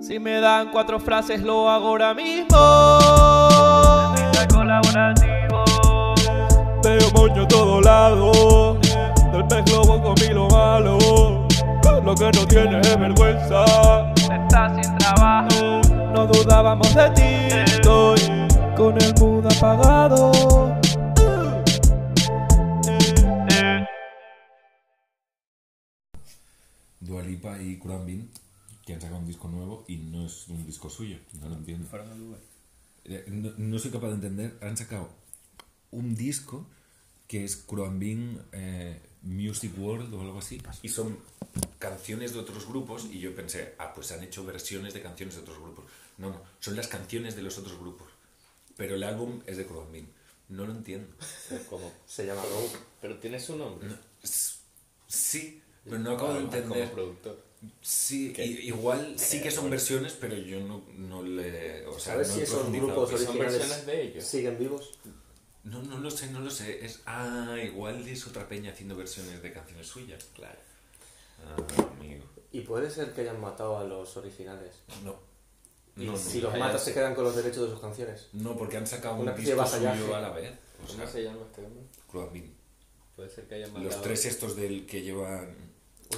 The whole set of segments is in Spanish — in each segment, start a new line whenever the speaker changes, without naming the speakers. Si me dan cuatro frases lo hago ahora mismo. colaborativo.
Veo moño a todo lado. Del pez globo comí lo malo. Lo que no tienes es vergüenza.
Estás sin trabajo. Eh.
No dudábamos de ti. Estoy con el mood apagado.
Dualipa y Kuran Bin, que han sacado un disco nuevo y no es un disco suyo, no lo entiendo. Eh, No, no soy capaz de entender, han sacado un disco que es Kuran Bin eh, Music World o algo así, y son canciones de otros grupos, y yo pensé, ah, pues han hecho versiones de canciones de otros grupos. No, no, son las canciones de los otros grupos, pero el álbum es de Kuran Bin. No lo entiendo.
¿Cómo? Se llama Rogue. Pero tiene su nombre.
S- Sí, pero no acabo de
Además,
entender.
Como productor.
Sí, i- igual sí que son versiones, pero yo no, no le. O sea,
eh, ¿Sabes
no
si
he
esos
profundizado.
grupos
que son
originales
versiones de ellos.
siguen vivos?
No, no lo sé, no lo sé. Es, ah, igual es otra peña haciendo versiones de canciones suyas.
Claro.
Ah, amigo.
Y puede ser que hayan matado a los originales.
No.
Y
No, no.
si los matas se quedan con los derechos de sus canciones.
No, porque han sacado
Una
un
especie de
disco
vasallaje.
suyo a la vez. O
¿Cómo
sea,
se llama este hombre?
Cruz Admin.
Puede ser que haya mandado.
Los tres estos del que llevan.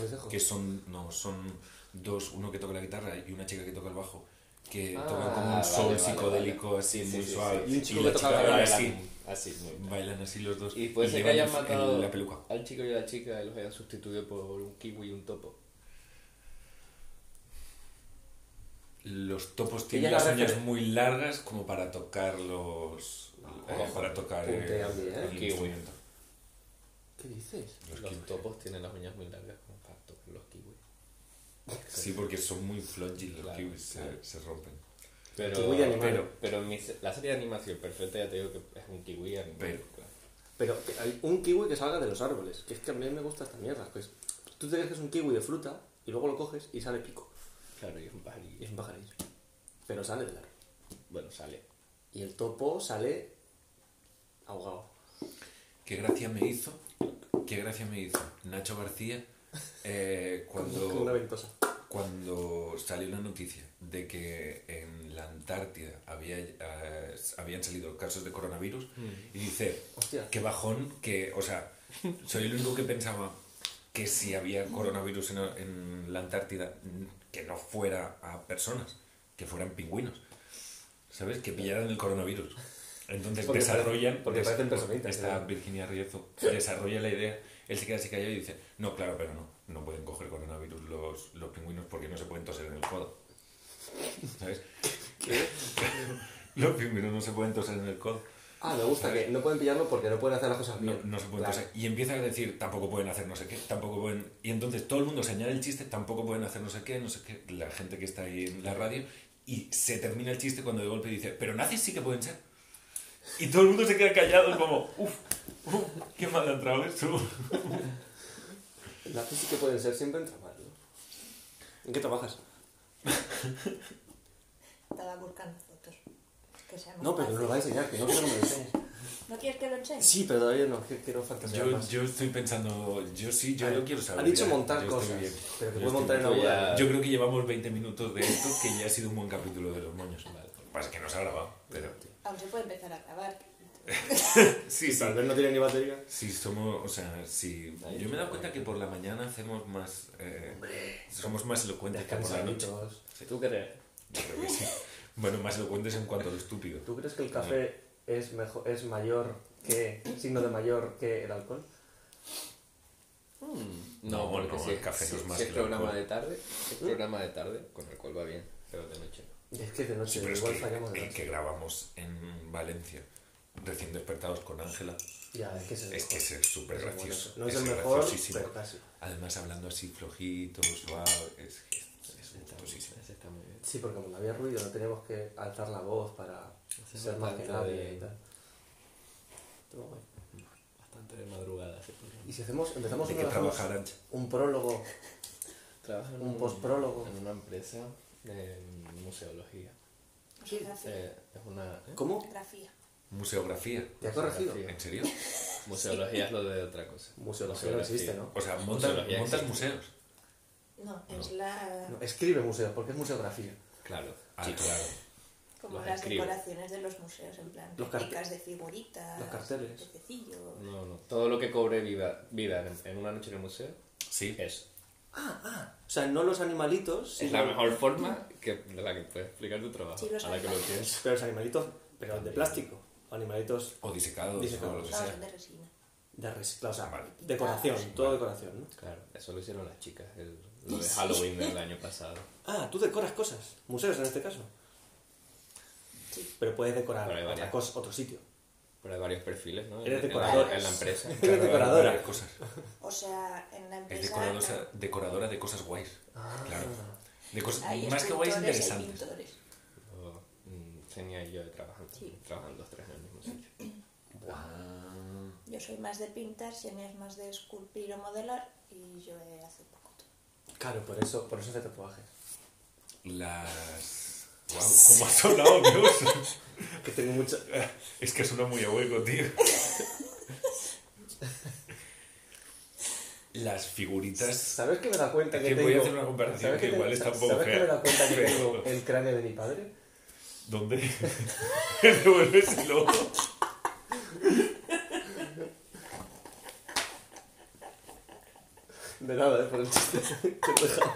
¿Un dejo?
Que son. No, son dos. Uno que toca la guitarra y una chica que toca el bajo. Que
Ah,
tocan como un
vale,
sol
vale,
psicodélico
vale.
así,
Sí, sí,
muy
sí,
suave.
sí. Y un
chico
la
que toca
chica
la
baila
Bailan
así.
Así, muy bien.
Bailan así los dos.
Y puede ser que hayan
llevan el-
matado
la peluca.
al chico y a la chica y los hayan sustituido por un kiwi y un topo.
Los topos tienen
Ella
las
la
uñas
refer-
muy largas como para tocar los. eh,
ojo,
para tocar el,
puntean bien, ¿eh?
el
Kiwi.
instrumento.
¿Qué dices?
Los
Los
kiwis.
topos tienen las uñas muy largas como para tocar los kiwis.
Sí, porque son muy floggy los
Claro,
kiwis, se-
claro.
se, rompen.
Pero,
Kiwi de animal.
pero, pero mi se- la serie de animación perfecta ya te digo que es un kiwi animal.
Pero-
claro.
Pero que hay un kiwi que salga de los árboles. Que es que a mí me gusta esta mierda. Pues, tú te crees que es un kiwi de fruta y luego lo coges y sale pico.
Claro, y es un pari.
Y es un pajarillo. Pero sale del árbol.
Bueno, sale.
Y el topo sale ahogado.
¿Qué gracia me hizo? ¿Qué gracia me hizo? Nacho García, eh,
Con una
cuando,
ventosa.
cuando salió la noticia de que en la Antártida había, eh, habían salido casos de coronavirus, y dice,
Hostia.
qué bajón que, o sea, soy el único que pensaba que si había coronavirus en, en la Antártida, que no fuera a personas, que fueran pingüinos, ¿sabes? Que pillaran el coronavirus. Entonces
Porque
desarrollan...
pare- porque parecen personitas,
Está
¿verdad?
Virginia Riezo, desarrolla la idea, él se queda así callado y dice, no, claro, pero no, no pueden coger coronavirus los, los pingüinos porque no se pueden toser en el codo. ¿Sabes? Los pingüinos no se pueden toser en el codo.
Ah, me gusta que no pueden pillarlo porque no pueden hacer las cosas
No,
bien.
no se pueden
Claro.
pasar. Y empieza a decir, tampoco pueden hacer no sé qué, tampoco pueden... Y entonces todo el mundo señala el chiste, tampoco pueden hacer no sé qué, no sé qué, la gente que está ahí en la radio, y se termina el chiste cuando de golpe dice, pero nazis sí que pueden ser. Y todo el mundo se queda callado como, uff, uff, qué mal ha entrado esto.
Las sí que pueden ser siempre entra mal, ¿no? ¿En qué trabajas?
Estaba buscando fotos. Que sea más
No, pero no
fácil.
lo va a enseñar, que no quiero que me lo enseñes.
¿No quieres que lo enseñe?
Sí, pero todavía no, que quiero fantasear
Yo,
más.
yo estoy pensando, yo sí, yo
A ver,
lo quiero saber.
Pues Ha dicho
ya,
montar
yo estoy
cosas,
bien.
pero que
Yo
puedes
estoy
montar en
bien.
bien.
alguna...
Yo creo que llevamos 20 minutos de esto, que ya ha sido un buen capítulo de los moños. Lo que pasa es que no se ha grabado, pero...
Aún se puede empezar a grabar.
Sí, sí.
Tal vez no tiene ni batería.
Sí, somos, o sea, sí.
Ahí
Yo me he dado
está.
cuenta que por la mañana hacemos más, eh, somos más elocuentes que por la noche.
Descansaditos.
¿Tú crees?
Yo creo que sí. Bueno, más elocuentes en cuanto a lo estúpido.
¿Tú crees que el café es, mejor, es mayor que... signo de mayor que el alcohol?
No, no, el café no es más
si es
que el
programa
alcohol. ¿Eh?
de tarde, si es programa de tarde, con alcohol va bien, pero de noche no.
Es que de
Sí,
noche
pero es
igual fallamos
que
de
el que
noche.
grabamos en Valencia, recién despertados con Ángela,
Ya, es que es el
es
mejor.
que es súper
Es el
gracioso.
bueno. No es
es
el mejor,
graciosísimo.
pero casi.
Además, hablando así flojito, suave, es, es, es gustosísimo.
Ese está muy bien.
Sí, porque como no había ruido no teníamos que alzar la voz para
Hacer
ser más que
falta de-
nadie y tal. Estuvo guay.
Bastante de madrugada ese programa.
Y si hacemos, empezamos
Hay
una
que
vez más,
trabajar, Ancha.
un prólogo,
Trabaja en
Un postprólogo.
En una empresa de museología.
Geografía.
Eh, es una... ¿eh?
¿cómo?
Geografía.
Museografía.
¿Te ha corregido?
¿En serio?
Museología es lo de otra cosa.
Museología no existe, ¿no?
O sea, montas,
Museología
montas
existe.
museos.
No, es la...
No, escribe museo, porque es museografía.
Claro.
Ah,
sí,
claro.
Como
Los
las
escribo.
decoraciones de los museos, en plan,
Los
réplicas de figuritas,
los carteles.
pececillos.
No, no. Todo lo que cobre vida, vida en, en una noche en el museo
Sí.
es,
O sea, no los animalitos,
es
sino-
la mejor forma que, de la que puedes explicar tu trabajo.
Sí, los
ahora que lo
animales.
pienso.
Pero los animalitos, pero de plástico. O animalitos
O disecados,
Disecados.
o lo que
No,
sea.
son de resina.
de recicla, o sea,
Vale.
decoración, todo decoración, ¿no?
Claro, eso lo hicieron las chicas, el- lo de Halloween del año pasado.
Ah, tú decoras cosas, museos en este caso.
Sí.
Pero puedes decorar
Vale, vale.
otra cosa, otro sitio.
Pero hay varios perfiles, ¿no? En-
Eres
en la-
decorador.
En la empresa.
Eres decoradora.
varias cosas.
O sea, en la
Es
empresa
decoradora, decoradora de cosas guays. Claro. De cosas
hay
más que guays
escultores, hay
interesantes.
pintores.
Yo, mm, tenía yo de trabajando,
Sí.
trabajando los tres en el mismo sitio.
Yo soy más de pintar, Xenia es más de esculpir o modelar y yo he hace poco todo.
Claro, por eso, por eso hace tatuajes.
Las. ¡Wow! ¿Cómo ha sonado, Dios?
Que tengo mucho.
es que suena muy a hueco, tío. Las figuritas.
¿Sabes que me da cuenta que
Es que
tengo?
voy a hacer una comparación
¿Sabes
que
te-
igual está un poco
¿Sabes que me
fea?
da cuenta que
Pero-
tengo el cráneo de mi padre?
¿Dónde? Te vuelves loco.
De nada, ¿eh? por el chiste. que te he dejado.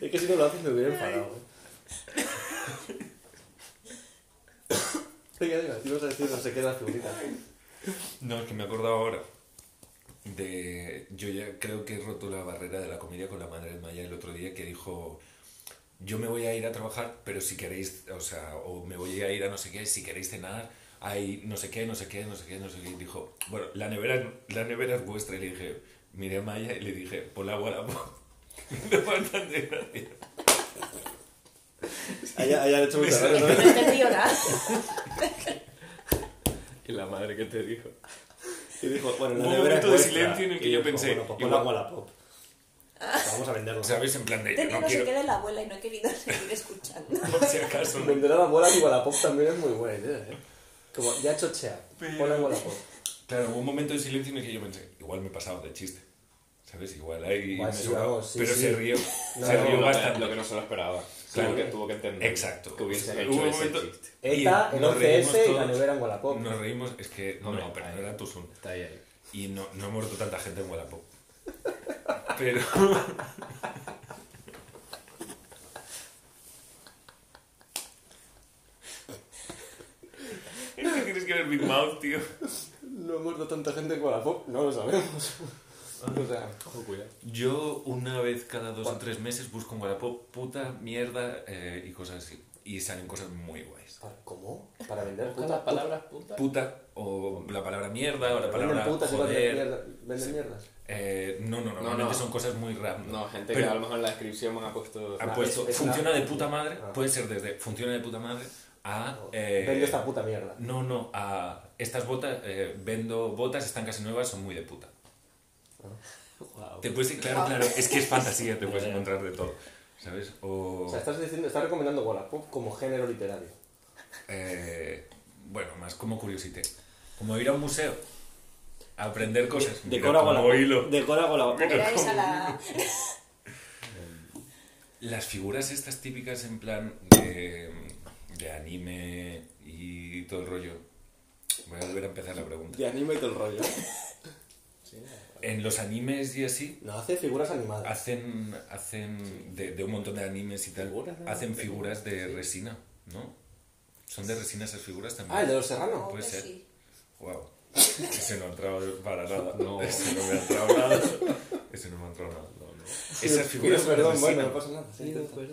es que si no lo haces me hubiera enfadado. ¿eh? Venga, venga, ibas a decir no sé qué de las figuritas.
No, es que me he acordado ahora. De. Yo ya creo que he roto la barrera de la comedia con la madre de Maya el otro día que dijo. Yo me voy a ir a trabajar, pero si queréis, o sea, o me voy a ir a no sé qué, si queréis cenar, hay no sé qué, no sé qué, no sé qué, no sé qué. Y dijo, bueno, la nevera, es- la nevera es vuestra. Y le dije, miré a Maya y le dije, por la bola, No faltan de gracia.
Allá, allá le he hecho mucha
Me
gracia,
No
¿no?
he entendido nada.
Y la madre que te dijo.
Y dijo, bueno,
Hubo
la
un
nevera es
momento de
vuestra.
silencio en el que
Y
yo
dijo,
pensé,
Bueno, pues
igual-
pon la pop. Vamos a venderlo.
¿Sabes? En plan de,
Tenía
yo
no,
no
sé
quiero,
qué de la abuela y no he querido seguir escuchando.
por si acaso.
Vender a la bola y Wallapop también es muy buena idea, ¿eh? Como, ya he chochea, ponla en Wallapop.
Claro, hubo un momento de silencio en el que yo pensé, igual me he pasado de chiste. ¿Sabes? Igual ahí
Guay,
me he
sí,
sobrado.
vamos, sí,
Pero
sí.
se rió.
No,
se
no,
rió
Lo que,
bastante.
lo que no se lo esperaba. Claro. que tuvo que entender.
Exacto.
Que hubiese
Hubo
hecho
un
ese
momento-
chiste.
Eta, el
nos
11S y
reímos
la
todos.
nevera en Wallapop.
Nos reímos, es que no,
Hombre,
pero no
ahí.
era tu son.
Está ahí, ahí.
Y no, no ha muerto tanta gente en Wallapop. Pero. es que tienes que ver Big Mouth, tío.
No ha muerto tanta gente en Wallapop, no lo sabemos.
Ah.
o sea,
Ojo, cuidado.
Yo una vez cada dos o tres meses busco en Wallapop puta, mierda eh, y cosas así. Y salen cosas muy guays.
¿para- ¿cómo? ¿Para vender
Putas
putas?
palabras putas.
Puta o la palabra mierda o la
Venden
palabra
putas y venden
joder.
mierda- venden mierdas.
Eh, no, no, normalmente
no.
son cosas muy random.
No, gente
Pero pues,
que a lo mejor en la descripción ha puesto.
han
Ah,
puesto
es- es
funciona
una-
de puta madre,
Ah.
puede ser desde funciona de puta madre a... eh,
Vende esta puta mierda.
No, no, a estas botas, eh, vendo botas, están casi nuevas, son muy de puta.
Guau.
Te puedes, claro, claro, es que es fantasía, te puedes encontrar de todo. ¿Sabes? O...
O sea, estás, diciendo, estás recomendando Wallapop como género literario.
Eh, bueno, más como curiosité. Como ir a un museo. A aprender cosas. Mira,
Decora
como
Wallapop.
hilo.
Decora Wallapop.
Era esa la...
Las figuras estas típicas en plan de, de anime y todo el rollo. Voy a volver a empezar la pregunta.
De anime y todo el rollo.
En los animes y así
No, hace figuras
Ah,
animadas.
hacen hacen de, de un montón de animes y tal.
Figuras, ¿no?
Hacen figuras de resina, ¿no? Son de resina esas figuras también.
Ah, el de los serranos.
puede
Pobre,
ser.
sí.
Wow. Ese no ha entrado para nada.
No.
Ese no me ha entrado nada. Ese no me ha entrado nada. Esas figuras son
Perdón,
resina.
bueno, no pasa nada. sí, intenta.
¿Lo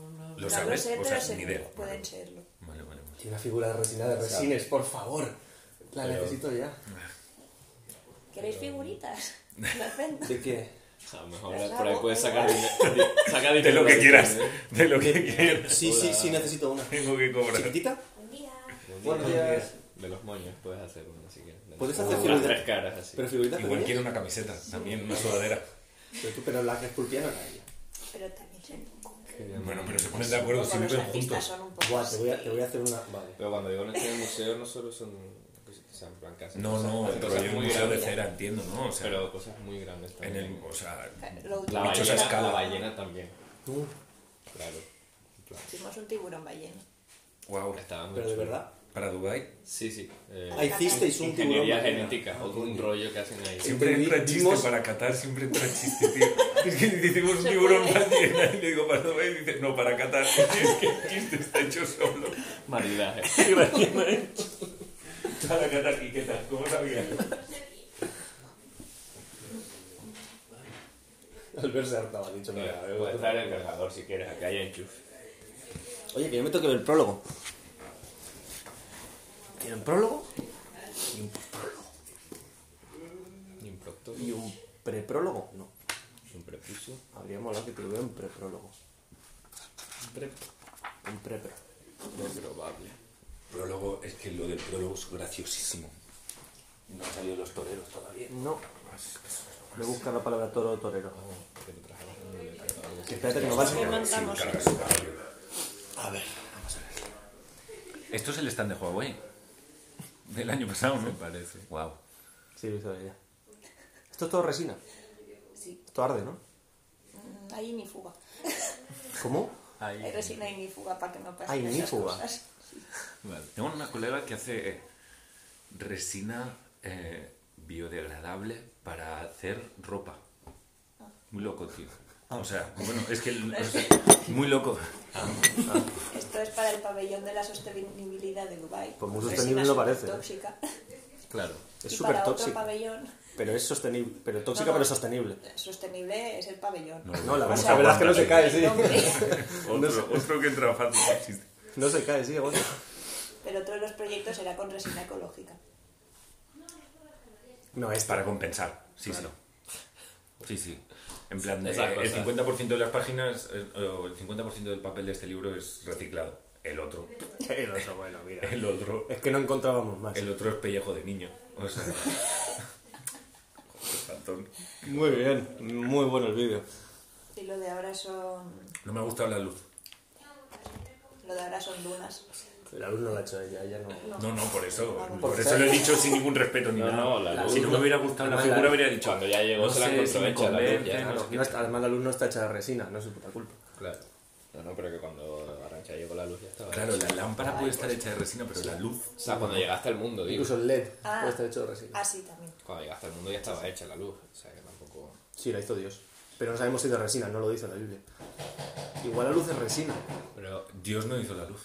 No lo
sabes?
sé,
o
pero
sea,
sé
ni
que
idea.
pueden serlo.
Vale, vale, vale.
Tiene una figura de resina de resines, por favor. La necesito ya.
¿Queréis figuritas? Las vendo.
¿De qué?
A lo mejor
Pero
por ahí
la
puedes
boca
sacar dinero. di- Saca dinero.
De lo que
ahí
quieras.
también.
De lo que quieras.
Sí, sí, sí, necesito una.
Tengo que cobrar.
¿Chiquitita?
Un día.
Buenos días.
De los moños puedes hacer uno si quieres. De
Puedes
los-
hacer
las
figuras.
tres caras así.
¿Pero figuritas
Igual
pequeñas?
quiero una camiseta, también una sudadera.
Pero, tú, pero la que esculpía no era ella.
Pero también se Como
Bueno, pero se ponen de acuerdo si
los
viven
artistas
juntos.
son un poco
Buah, te voy, a,
así.
te voy a hacer una... Vale.
Pero cuando digo noche en el museo, no solo son cosas que sean blancas.
No, no,
hacen
el rollo un
muy
museo de
grandes,
cera, entiendo, ¿no? O sea,
Pero cosas muy grandes
en
también.
el. O sea.
Lo
La
Dichosa
último.
ballena,
escala.
la ballena también,
Tú,
claro.
Hicimos un tiburón ballena.
Wow.
Estaba muy
Pero de
chulo.
verdad.
Para Dubai
Sí, sí. eh,
Ah, hicisteis un tiburón.
ingeniería
ballena.
genética, o un rollo que hacen ahí.
siempre
Entendí,
entra chiste
vimos-
para Qatar, siempre entra chiste, tío. Es que decimos un tiburón ballena y ¿eh? le digo para Dubai y dice, no, para Qatar. Y es que el chiste está hecho solo.
Maridaje.
Para Qatar, ¿y qué tal? ¿Cómo sabía?
Al verse hartaba, ha dicho. "Mira, a ver,
Puedes traer el cargador si quieres, acá hay enchufe.
Oye, que yo me tengo que ver el prólogo. ¿Tienen prólogo? Y un prólogo.
Ni un proctor,
¿Y un preprólogo? No.
ni un prepucio.
Habría molado que tuviera un preprólogo. Un prepro.
Probable.
Prólogo, es que lo del prólogo es graciosísimo. No han salido los toreros todavía.
Eh, No. Le busca la palabra toro o torero. Espérate que no va
¿Qué montamos?
A ver.
Esto es el stand de Huawei. Del año pasado, ¿no? Parece. Wow.
Sí, lo hizo ella. Esto es todo resina.
Sí.
Esto arde, ¿no?
Mm, Hay ni fuga.
¿Cómo?
Hay resina y ni fuga para que no pasen
Hay
esas
nifuga.
cosas.
Tengo una colega que hace eh, resina eh, biodegradable para hacer ropa. Muy loco, tío. O sea, bueno, es que... el- o sea, muy loco.
Esto es para el pabellón de la sostenibilidad de Dubai.
Pues muy
Resina
sostenible no parece, ¿eh?
Tóxica.
Claro.
Es
y
súper
para otro
tóxica.
pabellón.
Pero es sostenible. Pero tóxica,
No, no.
pero sostenible.
Sostenible es el pabellón.
No, la,
¿Cómo
la
se
verdad es que no se cae,
El nombre.
sí.
Otro, otro que entra fácil. chiste.
No se cae, sí, bueno.
Pero todos los proyectos era con resina ecológica.
No, es
Para compensar, sí, sí. Sí, sí. En plan, de, eh,
Esas
el
cosas.
50% de las páginas, eh, o el 50% del papel de este libro es reciclado. El otro,
El otro, bueno, mira.
el otro,
Es que no encontrábamos más.
el otro es pellejo de niño. O sea, Joder, pantón.
Muy bien, muy bueno el vídeo.
Y lo de ahora son.
No me ha gustado la luz.
Lo de ahora son dunas.
La luz no la ha hecho ella, ella no.
No, no, por eso.
Por
Por eso lo he dicho sin ningún respeto ni
No,
nada.
no, la luz
si no me hubiera gustado la
Además,
figura,
la-
hubiera dicho.
Cuando ya llegó,
no
se la
sé si
encontró
me
hecha la luz,
convence,
ya,
no
no.
sé qué.
No está- además, la luz no está hecha de resina, no es su puta culpa.
Claro. No, no, pero que cuando Arrancha llegó la luz ya estaba.
Claro, la lámpara puede
pues.
estar hecha de resina, pero la luz.
O sea, cuando llegaste al mundo, digo.
Incluso el LED
Ah.
puede estar hecho de resina.
Así también.
Cuando llegaste al mundo ya estaba hecha la luz. O sea, que tampoco.
Sí, la hizo Dios. Pero no sabemos si es de resina, no lo dice la Biblia. Igual la luz es resina.
Pero Dios no hizo la luz.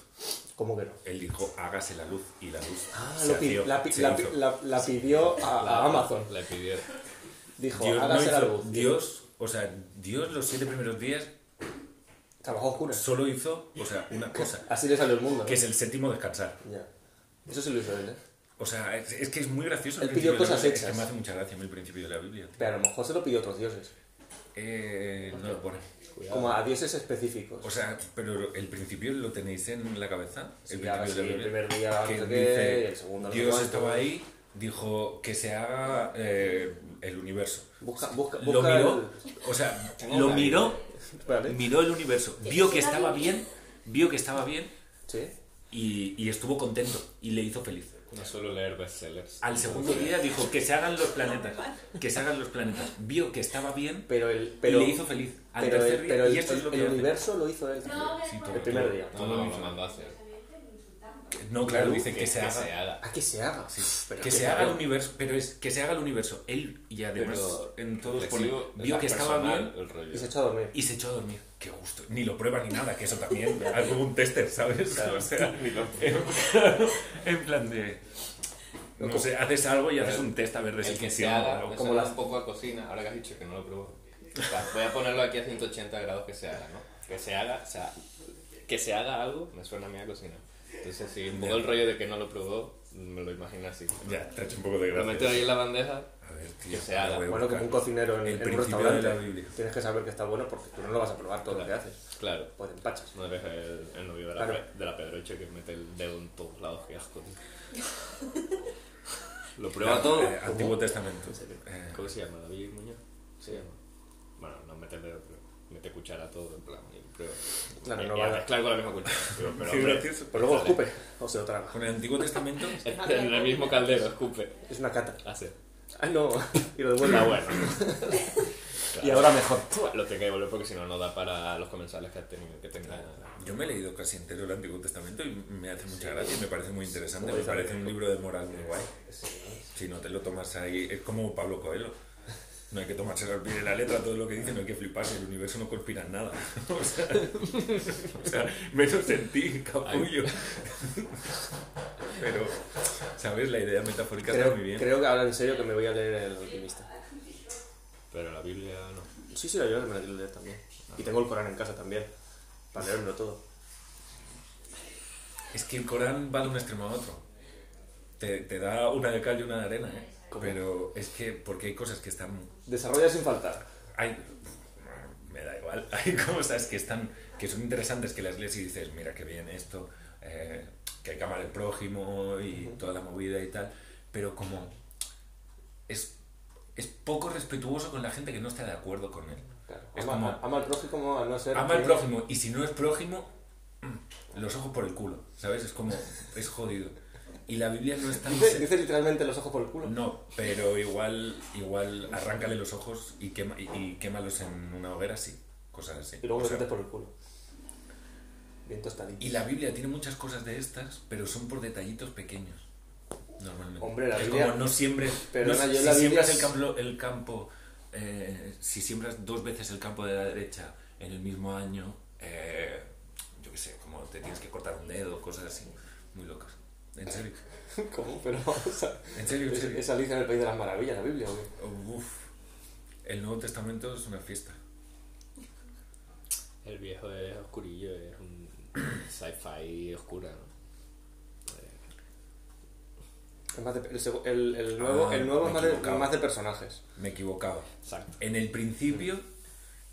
¿Cómo que no?
Él dijo, hágase la luz. Y la luz.
Ah,
se
lo pi-
hació,
la, pi-
se
la,
hizo.
pi- la- la pidió a, a Amazon.
Le pidieron.
Dijo,
Dios, no
hágase la
hizo-
luz.
Dios, o sea, Dios los siete primeros días
Trabajó a oscuras.
solo hizo, o sea, una cosa,
Así le salió el mundo. ¿no?
que es el séptimo descansar.
Ya. Eso sí lo hizo él, ¿eh?
O sea, es, es que es muy gracioso. el
Él
principio
pidió
de la
cosas
Biblia. Es
hechas.
que me hace mucha gracia a mí el principio de la Biblia. tío.
Pero a lo mejor se lo pidió a otros dioses.
Eh, no lo pone.
Como a dioses específicos.
O sea, pero el principio lo tenéis en la cabeza.
Sí,
El
ahora
principio de
sí,
la
el
Biblia.
primer día,
Que
no sé
dice,
qué, y el segundo, no sé
Dios
cuánto.
estaba ahí, dijo que se haga eh, el universo.
Busca, busca,
Lo
busca
miró, o sea, lo
una
miró,
el- Espérate.
miró el universo, vio que estaba bien, vio que estaba bien
Sí.
y, y estuvo contento y le hizo feliz.
No suelo leer bestsellers.
Al segundo día dijo que se hagan los planetas, que se hagan los planetas. Vio que estaba bien
Pero el. Pero,
y le hizo feliz. Al
pero
tercer
el,
día,
pero
y
el,
esto es lo
el
que hace.
universo lo hizo él.
Sí, todo,
el primer
todo.
día.
No, no, lo mandó a hacer.
No, claro, dice que, se haga.
Ah, que se haga. Pero
que
qué
se haga el
raro.
universo, pero es que se haga el universo. Él y además
Pero
en todos pone,
reflexivo,
vio
la
que estaba
personal,
bien
El rollo.
Y se echó a dormir.
y se echó a dormir. Qué gusto. Ni lo prueba ni nada, que eso también. Algo un tester, ¿sabes? O sea, en, en plan de. No sé, haces algo y haces un test a ver de si
El que se
funciona o
haga, pues
algo.
como un poco a cocina, ahora que has dicho que no lo pruebo. O sea, voy a ponerlo aquí a 180 grados que se haga, ¿no? Que se haga, o sea, que se haga algo me suena a mí a cocina. Entonces, si un poco el rollo de que no lo probó, me lo imagino así.
Ya, te ha hecho un poco de
Lo meto ahí
gracia.
en la bandeja,
A ver, tío,
Que se haga.
lo voy a
Bueno,
buscar.
como un cocinero en,
El
en un
principio
restaurante.
de la Biblia.
Tienes que saber que está bueno porque tú no lo vas a probar todo lo que haces.
claro.
Pues te empachas.
No eres el, el novio de la,
Claro.
Pe- de la Pedroche que mete el dedo en todos lados, qué asco, tío. Lo
Claro,
prueba todo.
eh, Antiguo Testamento. Eh,
¿Cómo se llama? ¿David Muñoz? Se llama. Bueno, no mete el dedo, pero mete cuchara todo, en plan, y prueba.
Claro,
Y-
no
y
vale.
mezclar con la misma cuchara. Pero, pero,
qué
hombre,
gracioso.
Pero luego lo escupe o se lo traga.
Con el Antiguo Testamento
en el mismo caldero, escupe.
Es una cata.
Hace.
Ah, no. y lo
Está
devuelve.
bueno.
Y ahora mejor.
Lo tengo que devolver porque si no, no da para los comensales que han tenido que tengan.
Yo me he leído casi entero el Antiguo Testamento y me hace mucha gracia y me parece muy interesante. Me parece un libro de moral muy guay. Si no te lo tomas ahí, es como Pablo Coelho. No hay que tomarse al pie de la letra todo lo que dice, no hay que fliparse, el universo no conspira en nada. O sea, o sea, menos en ti, capullo. Pero, ¿sabes? La idea metafórica está
Creo,
muy bien.
creo que ahora en serio que me voy a leer El Alquimista.
Pero la Biblia no.
Sí, sí, la yo me la quiero leer también. Y tengo el Corán en casa también. Para leerlo todo.
Es que el Corán va de un extremo a otro. Te, te da una de cal y una de arena, ¿eh? Pero es que, porque hay cosas que están
Desarrolla sin faltar.
hay me da igual hay cosas que están que son interesantes que las lees y dices mira qué bien esto eh, que hay que amar al prójimo y toda la movida y tal pero como es es poco respetuoso con la gente que no está de acuerdo con él
Claro.
es
Ama,
como
ama al prójimo a no ser.
ama al prójimo y si no es prójimo mm, los ojos por el culo sabes es como es jodido y la Biblia no es tan
Dice, dice literalmente los ojos por el culo.
no, pero igual, igual arráncale los ojos y, quema, y, y quémalos en una hoguera, sí. Cosas así.
Y luego
O
lo
sea,
sientes por el culo. Bien tostadito.
y la Biblia tiene muchas cosas de estas, pero son por detallitos pequeños. Normalmente.
Hombre, la
es
Biblia-
como no siembres.
Perdona,
no-
yo
si
la Biblia
siembras
es-
el campo. El campo eh, si siembras dos veces el campo de la derecha en el mismo año, eh, yo qué sé, como te tienes que cortar un dedo, cosas así. Muy locas. En serio.
¿Cómo? Pero vamos a.
En serio, en
¿Es,
serio.
es Alicia en el País de las Maravillas, la Biblia, güey.
Uf. El Nuevo Testamento es una fiesta.
El viejo es oscurillo, es un sci-fi oscura, ¿no?
Es más de- el, seg- el- el nuevo,
Ah,
el nuevo
me
es
he
más de,
equivocado.
más de personajes.
Me he equivocado.
Exacto.
En el principio,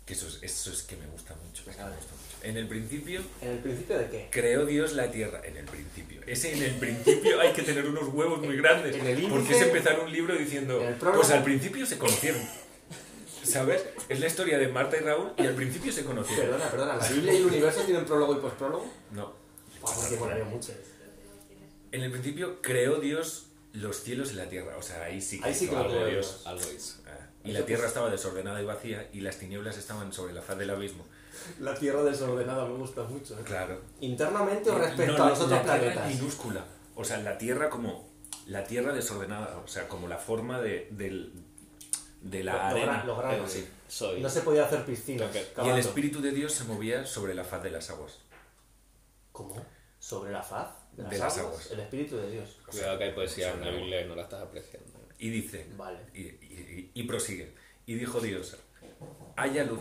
que eso es, eso es que me gusta mucho. me gusta mucho. En el principio,
¿En el principio de qué?
creó Dios la tierra. En el principio. Ese en el principio hay que tener unos huevos muy grandes.
En el índice-
porque es empezar un libro diciendo,
en el prólogo-
pues al principio se conocieron. ¿Sabes? Es la historia de Marta y Raúl y al principio se conocieron.
Perdona, perdona, ¿la Biblia y el universo tienen prólogo y postprólogo?
No. Pues
Vamos, que molaría mucho.
En el principio creó Dios los cielos y la tierra. O sea, ahí sí que,
Ahí sí
hizo
que lo
algo
creo.
de
Dios.
Dios, algo hizo.
Ah, Y la tierra estaba desordenada y vacía y las tinieblas estaban sobre la faz del abismo.
La Tierra desordenada me gusta mucho. ¿eh?
Claro.
¿Internamente o respecto
No,
a los
la-
otros
la Tierra
planetas?
es minúscula. O sea, la Tierra como la Tierra desordenada, o sea, como la forma de, del- de la
Lo- lo
arena.
gran- lo gran-
algo así.
Soy.
No se podía hacer piscinas.
Creo que-
Y el
cavando.
Espíritu de Dios se movía sobre la faz de las aguas.
¿Cómo? ¿Sobre la faz? ¿De las,
De las
aguas?
aguas.
El Espíritu de Dios.
Cuidado que hay poesía en la Biblia y no la estás apreciando.
Y dice,
Vale.
y, y- y- y prosigue, y dijo Dios, haya luz,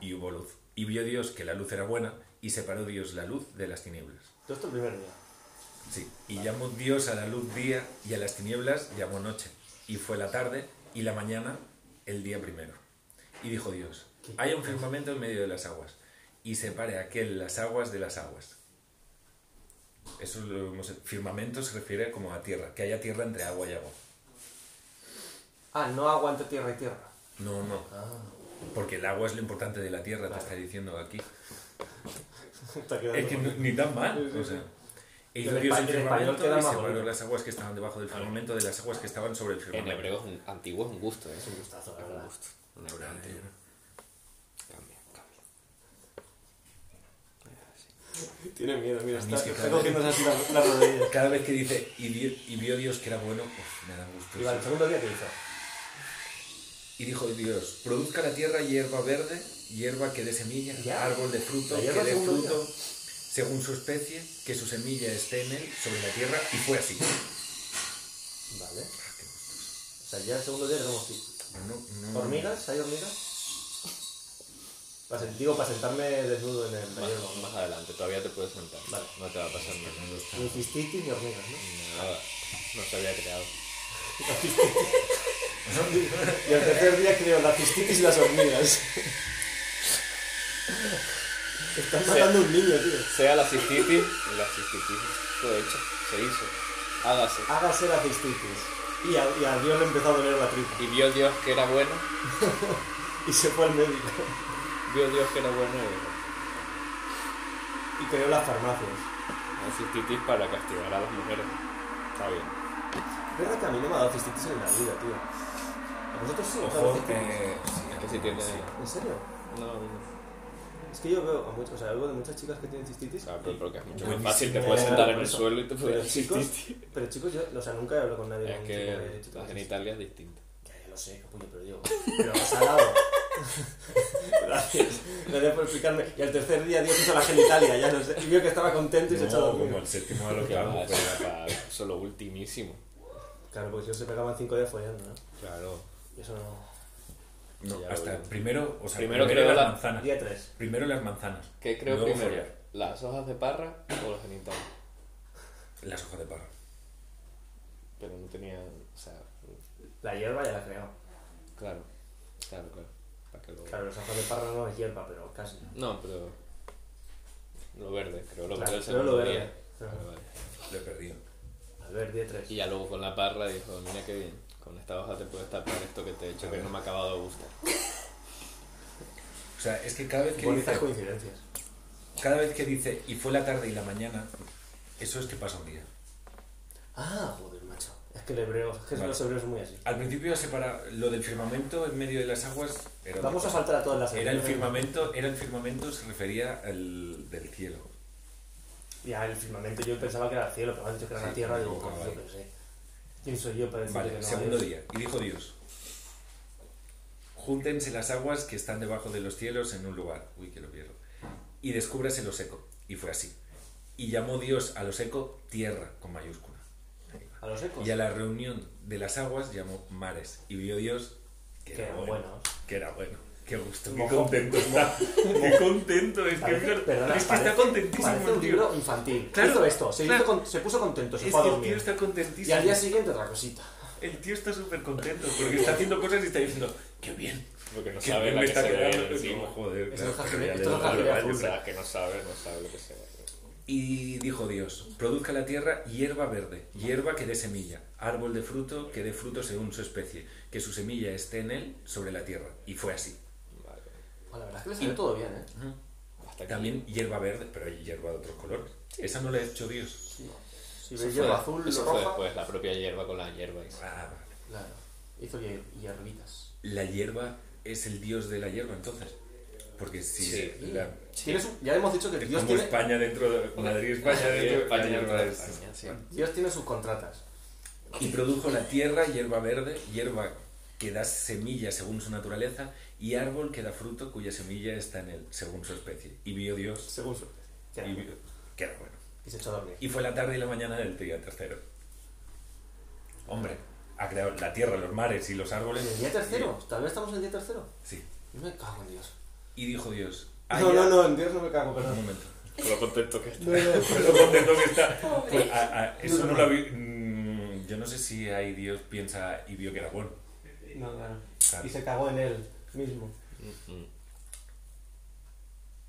y hubo luz. Y vio Dios que la luz era buena, y separó Dios la luz de las tinieblas.
Todo esto el primer día.
Sí, y llamó Dios a la luz día y a las tinieblas llamó noche. Y fue la tarde y la mañana el día primero. Y dijo Dios, hay un firmamento en medio de las aguas y separe aquel las aguas de las aguas. Eso lo hemos- firmamento se refiere como a tierra, que haya tierra entre agua y agua.
Ah, no aguante tierra y tierra.
No, no.
Ah.
Porque el agua es lo importante de la tierra, te está diciendo aquí.
Está quedando
Es que
mal.
no- ni tan mal. O sea, e hizo Dios el
español- el español
firmamento
queda
y
más
separó
bonito.
las aguas que estaban debajo del firmamento de las aguas que estaban sobre el
En
firmamento.
hebreo es un, antiguo es un gusto, ¿eh?
Es un gustazo, la verdad.
Un hebreo antiguo. Cambia, cambia.
Tiene miedo, mira,
mí
está,
es que
está
cada vez-
cogiéndose así las la rodillas.
Cada vez que dice y, di- y vio Dios que era bueno, uf, me da gusto.
Y vale, el segundo día que hizo.
Y dijo Dios, produzca la tierra hierba verde, hierba que dé semilla,
Ya.
árbol de fruto,
La
que
hierba
dé
según
fruto,
Dios.
según su especie, que su semilla esté en él, sobre la tierra, y fue así.
Vale. O sea, ya el segundo día tenemos que
No,
Mm.
no-
¿Hormigas? ¿Hay hormigas? Para sen- digo, para sentarme desnudo en el taller.
Más, más adelante, todavía te puedes sentar.
Vale.
No te va a pasar nada.
Ni cistitis ni hormigas, ¿no?
Nada. No se había creado.
Y al tercer día creo la cistitis y las hormigas. Están matando a un niño, tío.
Sea la cistitis, la cistitis fue hecha, se hizo, hágase.
Hágase la cistitis. Y a, y a Dios le empezó a doler la tripa.
Y vio Dios que era bueno,
Y se fue al médico.
vio Dios que era bueno y dijo,
Y creó las farmacias.
la cistitis para castigar a las mujeres. Está bien.
Es verdad que a mí no me ha dado cistitis en la vida, tío. A vosotros sí, os ha dado
Ojo,
cistitis?
eh, sí,
que sí tiene.
¿En serio?
No, no.
Es que yo veo a muchas, o sea, oigo de muchas chicas que tienen cistitis.
O sea, pero porque es mucho más
Buenísimo.
fácil, te puedes
Eh,
sentar en
por
el
eso.
suelo y te
Pero
puedes
chicos, pero chicos, yo, o sea, nunca he hablado con nadie
Es
con
que
un tipo
la
de cistitis.
genitalia pues, es distinta.
Ya, ya lo sé, capullo, pero digo, pero más al lado. Gracias, gracias por explicarme. Y al tercer día Dios hizo la genitalia, ya lo sé. Y vio que estaba contento y se echó a
No,
pues
dormir.
como el séptimo al
Que va,
octavo.
eso era para- eso lo ultimísimo.
Claro, porque ellos se pegaban cinco días follando, ¿no?
Claro.
Y eso no...
No,
Ya lo
hasta
veo.
primero, o sea,
Primero
primero, las
creo la-
manzanas.
Día tres.
Primero las manzanas.
¿Qué creo
luego
primero?
follar.
¿Las hojas de parra o los genitales?
Las hojas de parra.
Pero no tenía. O sea,
La hierba ya la creo.
claro. Claro, claro. Para que lo...
Claro, los ojos de parra no es hierba, pero casi.
No, pero. Lo verde, creo. Lo
Claro,
verde el
creo lo
segundo
verde.
día.
Ajá.
Vale, vale.
Lo he perdido.
A ver, día tres.
Y ya luego con la parra dijo: Mira qué bien. Con esta hoja te puedes tapar esto que te he hecho que no me ha acabado de gustar.
O sea, es que cada vez que
Bonitas
dice,
coincidencias.
cada vez que dice y fue la tarde y la mañana, eso es que pasa un día.
Ah, joder, macho. Es que el hebreo, es que
Vale.
los hebreos son muy así.
Al principio separa lo del firmamento en medio de las aguas. Era una
Vamos a
cosa.
saltar a todas las
Era el
secciones.
firmamento, era el firmamento se refería al del cielo.
Ya, el firmamento yo pensaba que era el cielo, pero me han dicho que era la
Sí,
tierra, digo,
no,
coño,
vale.
yo qué sé. ¿Quién soy yo para decir que
Vale,
no?
segundo
Dios?
día. Y dijo Dios, júntense las aguas que están debajo de los cielos en un lugar. Uy, que lo pierdo. Y descúbrase lo seco. Y fue así. Y llamó Dios a lo seco tierra, con mayúscula. Ahí va.
A los ecos.
Y a la reunión de las aguas llamó mares. Y vio Dios que,
Que
era
eran
bueno.
buenos.
Que era bueno. Qué gusto, qué
Mojo.
contento está. Qué contento es. Que,
Parece-
mira,
perdona,
es que
parece-
está contentísimo
Parece
el
un
tío.
libro infantil.
Claro,
Hizo esto, se,
claro.
hizo con- se puso contento, se
Es
fue a
que el tío
dormir.
está contentísimo.
Y al día siguiente otra cosita.
El tío está súper contento porque está haciendo cosas y está diciendo, qué bien.
Porque no
qué
sabe
bien
la
me
que
está
se ve
quedando.
encima.
Como, joder,
Es
claro,
hoja
qué
gel-
bien,
esto es
le
hoja
doy
gel
la
O
azul.
ayuda.
sea, que no sabe, no sabe lo que se ve.
Y dijo Dios, produzca la tierra hierba verde, hierba que dé semilla, árbol de fruto que dé fruto según su especie, que su semilla esté en él sobre la tierra. Y fue así.
Vale.
Bueno, la verdad es que le salió todo bien, ¿eh?
Hasta aquí.
También hierba verde, pero hay hierba de otros colores. Esa no la ha hecho Dios.
Si
Eso
veis
fue-
hierba azul,
eso fue
roja.
después, la propia hierba con la hierba. y-
Ah, vale.
Claro. Hizo hier- hierbitas.
La hierba es el dios de la hierba entonces. Porque si
Sí.
la-
Tienes un- ya hemos dicho que
es
Dios
como
tiene,
España dentro de Madrid, España
España,
dentro la hierba
España,
es-
España, sí.
Dios tiene sus contratas.
Y produjo la tierra, hierba verde, hierba que da semilla según su naturaleza, y árbol que da fruto cuya semilla está en él, según su especie. Y vio Dios,
Según su. Ya.
y, vio- que era bueno.
Y se echó a dormir.
Y fue la tarde y la mañana del día tercero. Hombre, ha creado la tierra, los mares y los árboles.
¿En el día tercero? ¿Todavía estamos en el día tercero?
Sí.
Yo me cago en Dios.
Y dijo Dios.
no,
haya-
no, no, en Dios no me cago,
Un
perdón.
momento.
Con lo contento que está.
Lo contento que está.
Pobre.
A- a- eso no lo vi. mm, Yo no sé si ahí Dios piensa y vio que era bueno.
No, claro.
Claro.
Y se cagó en él mismo.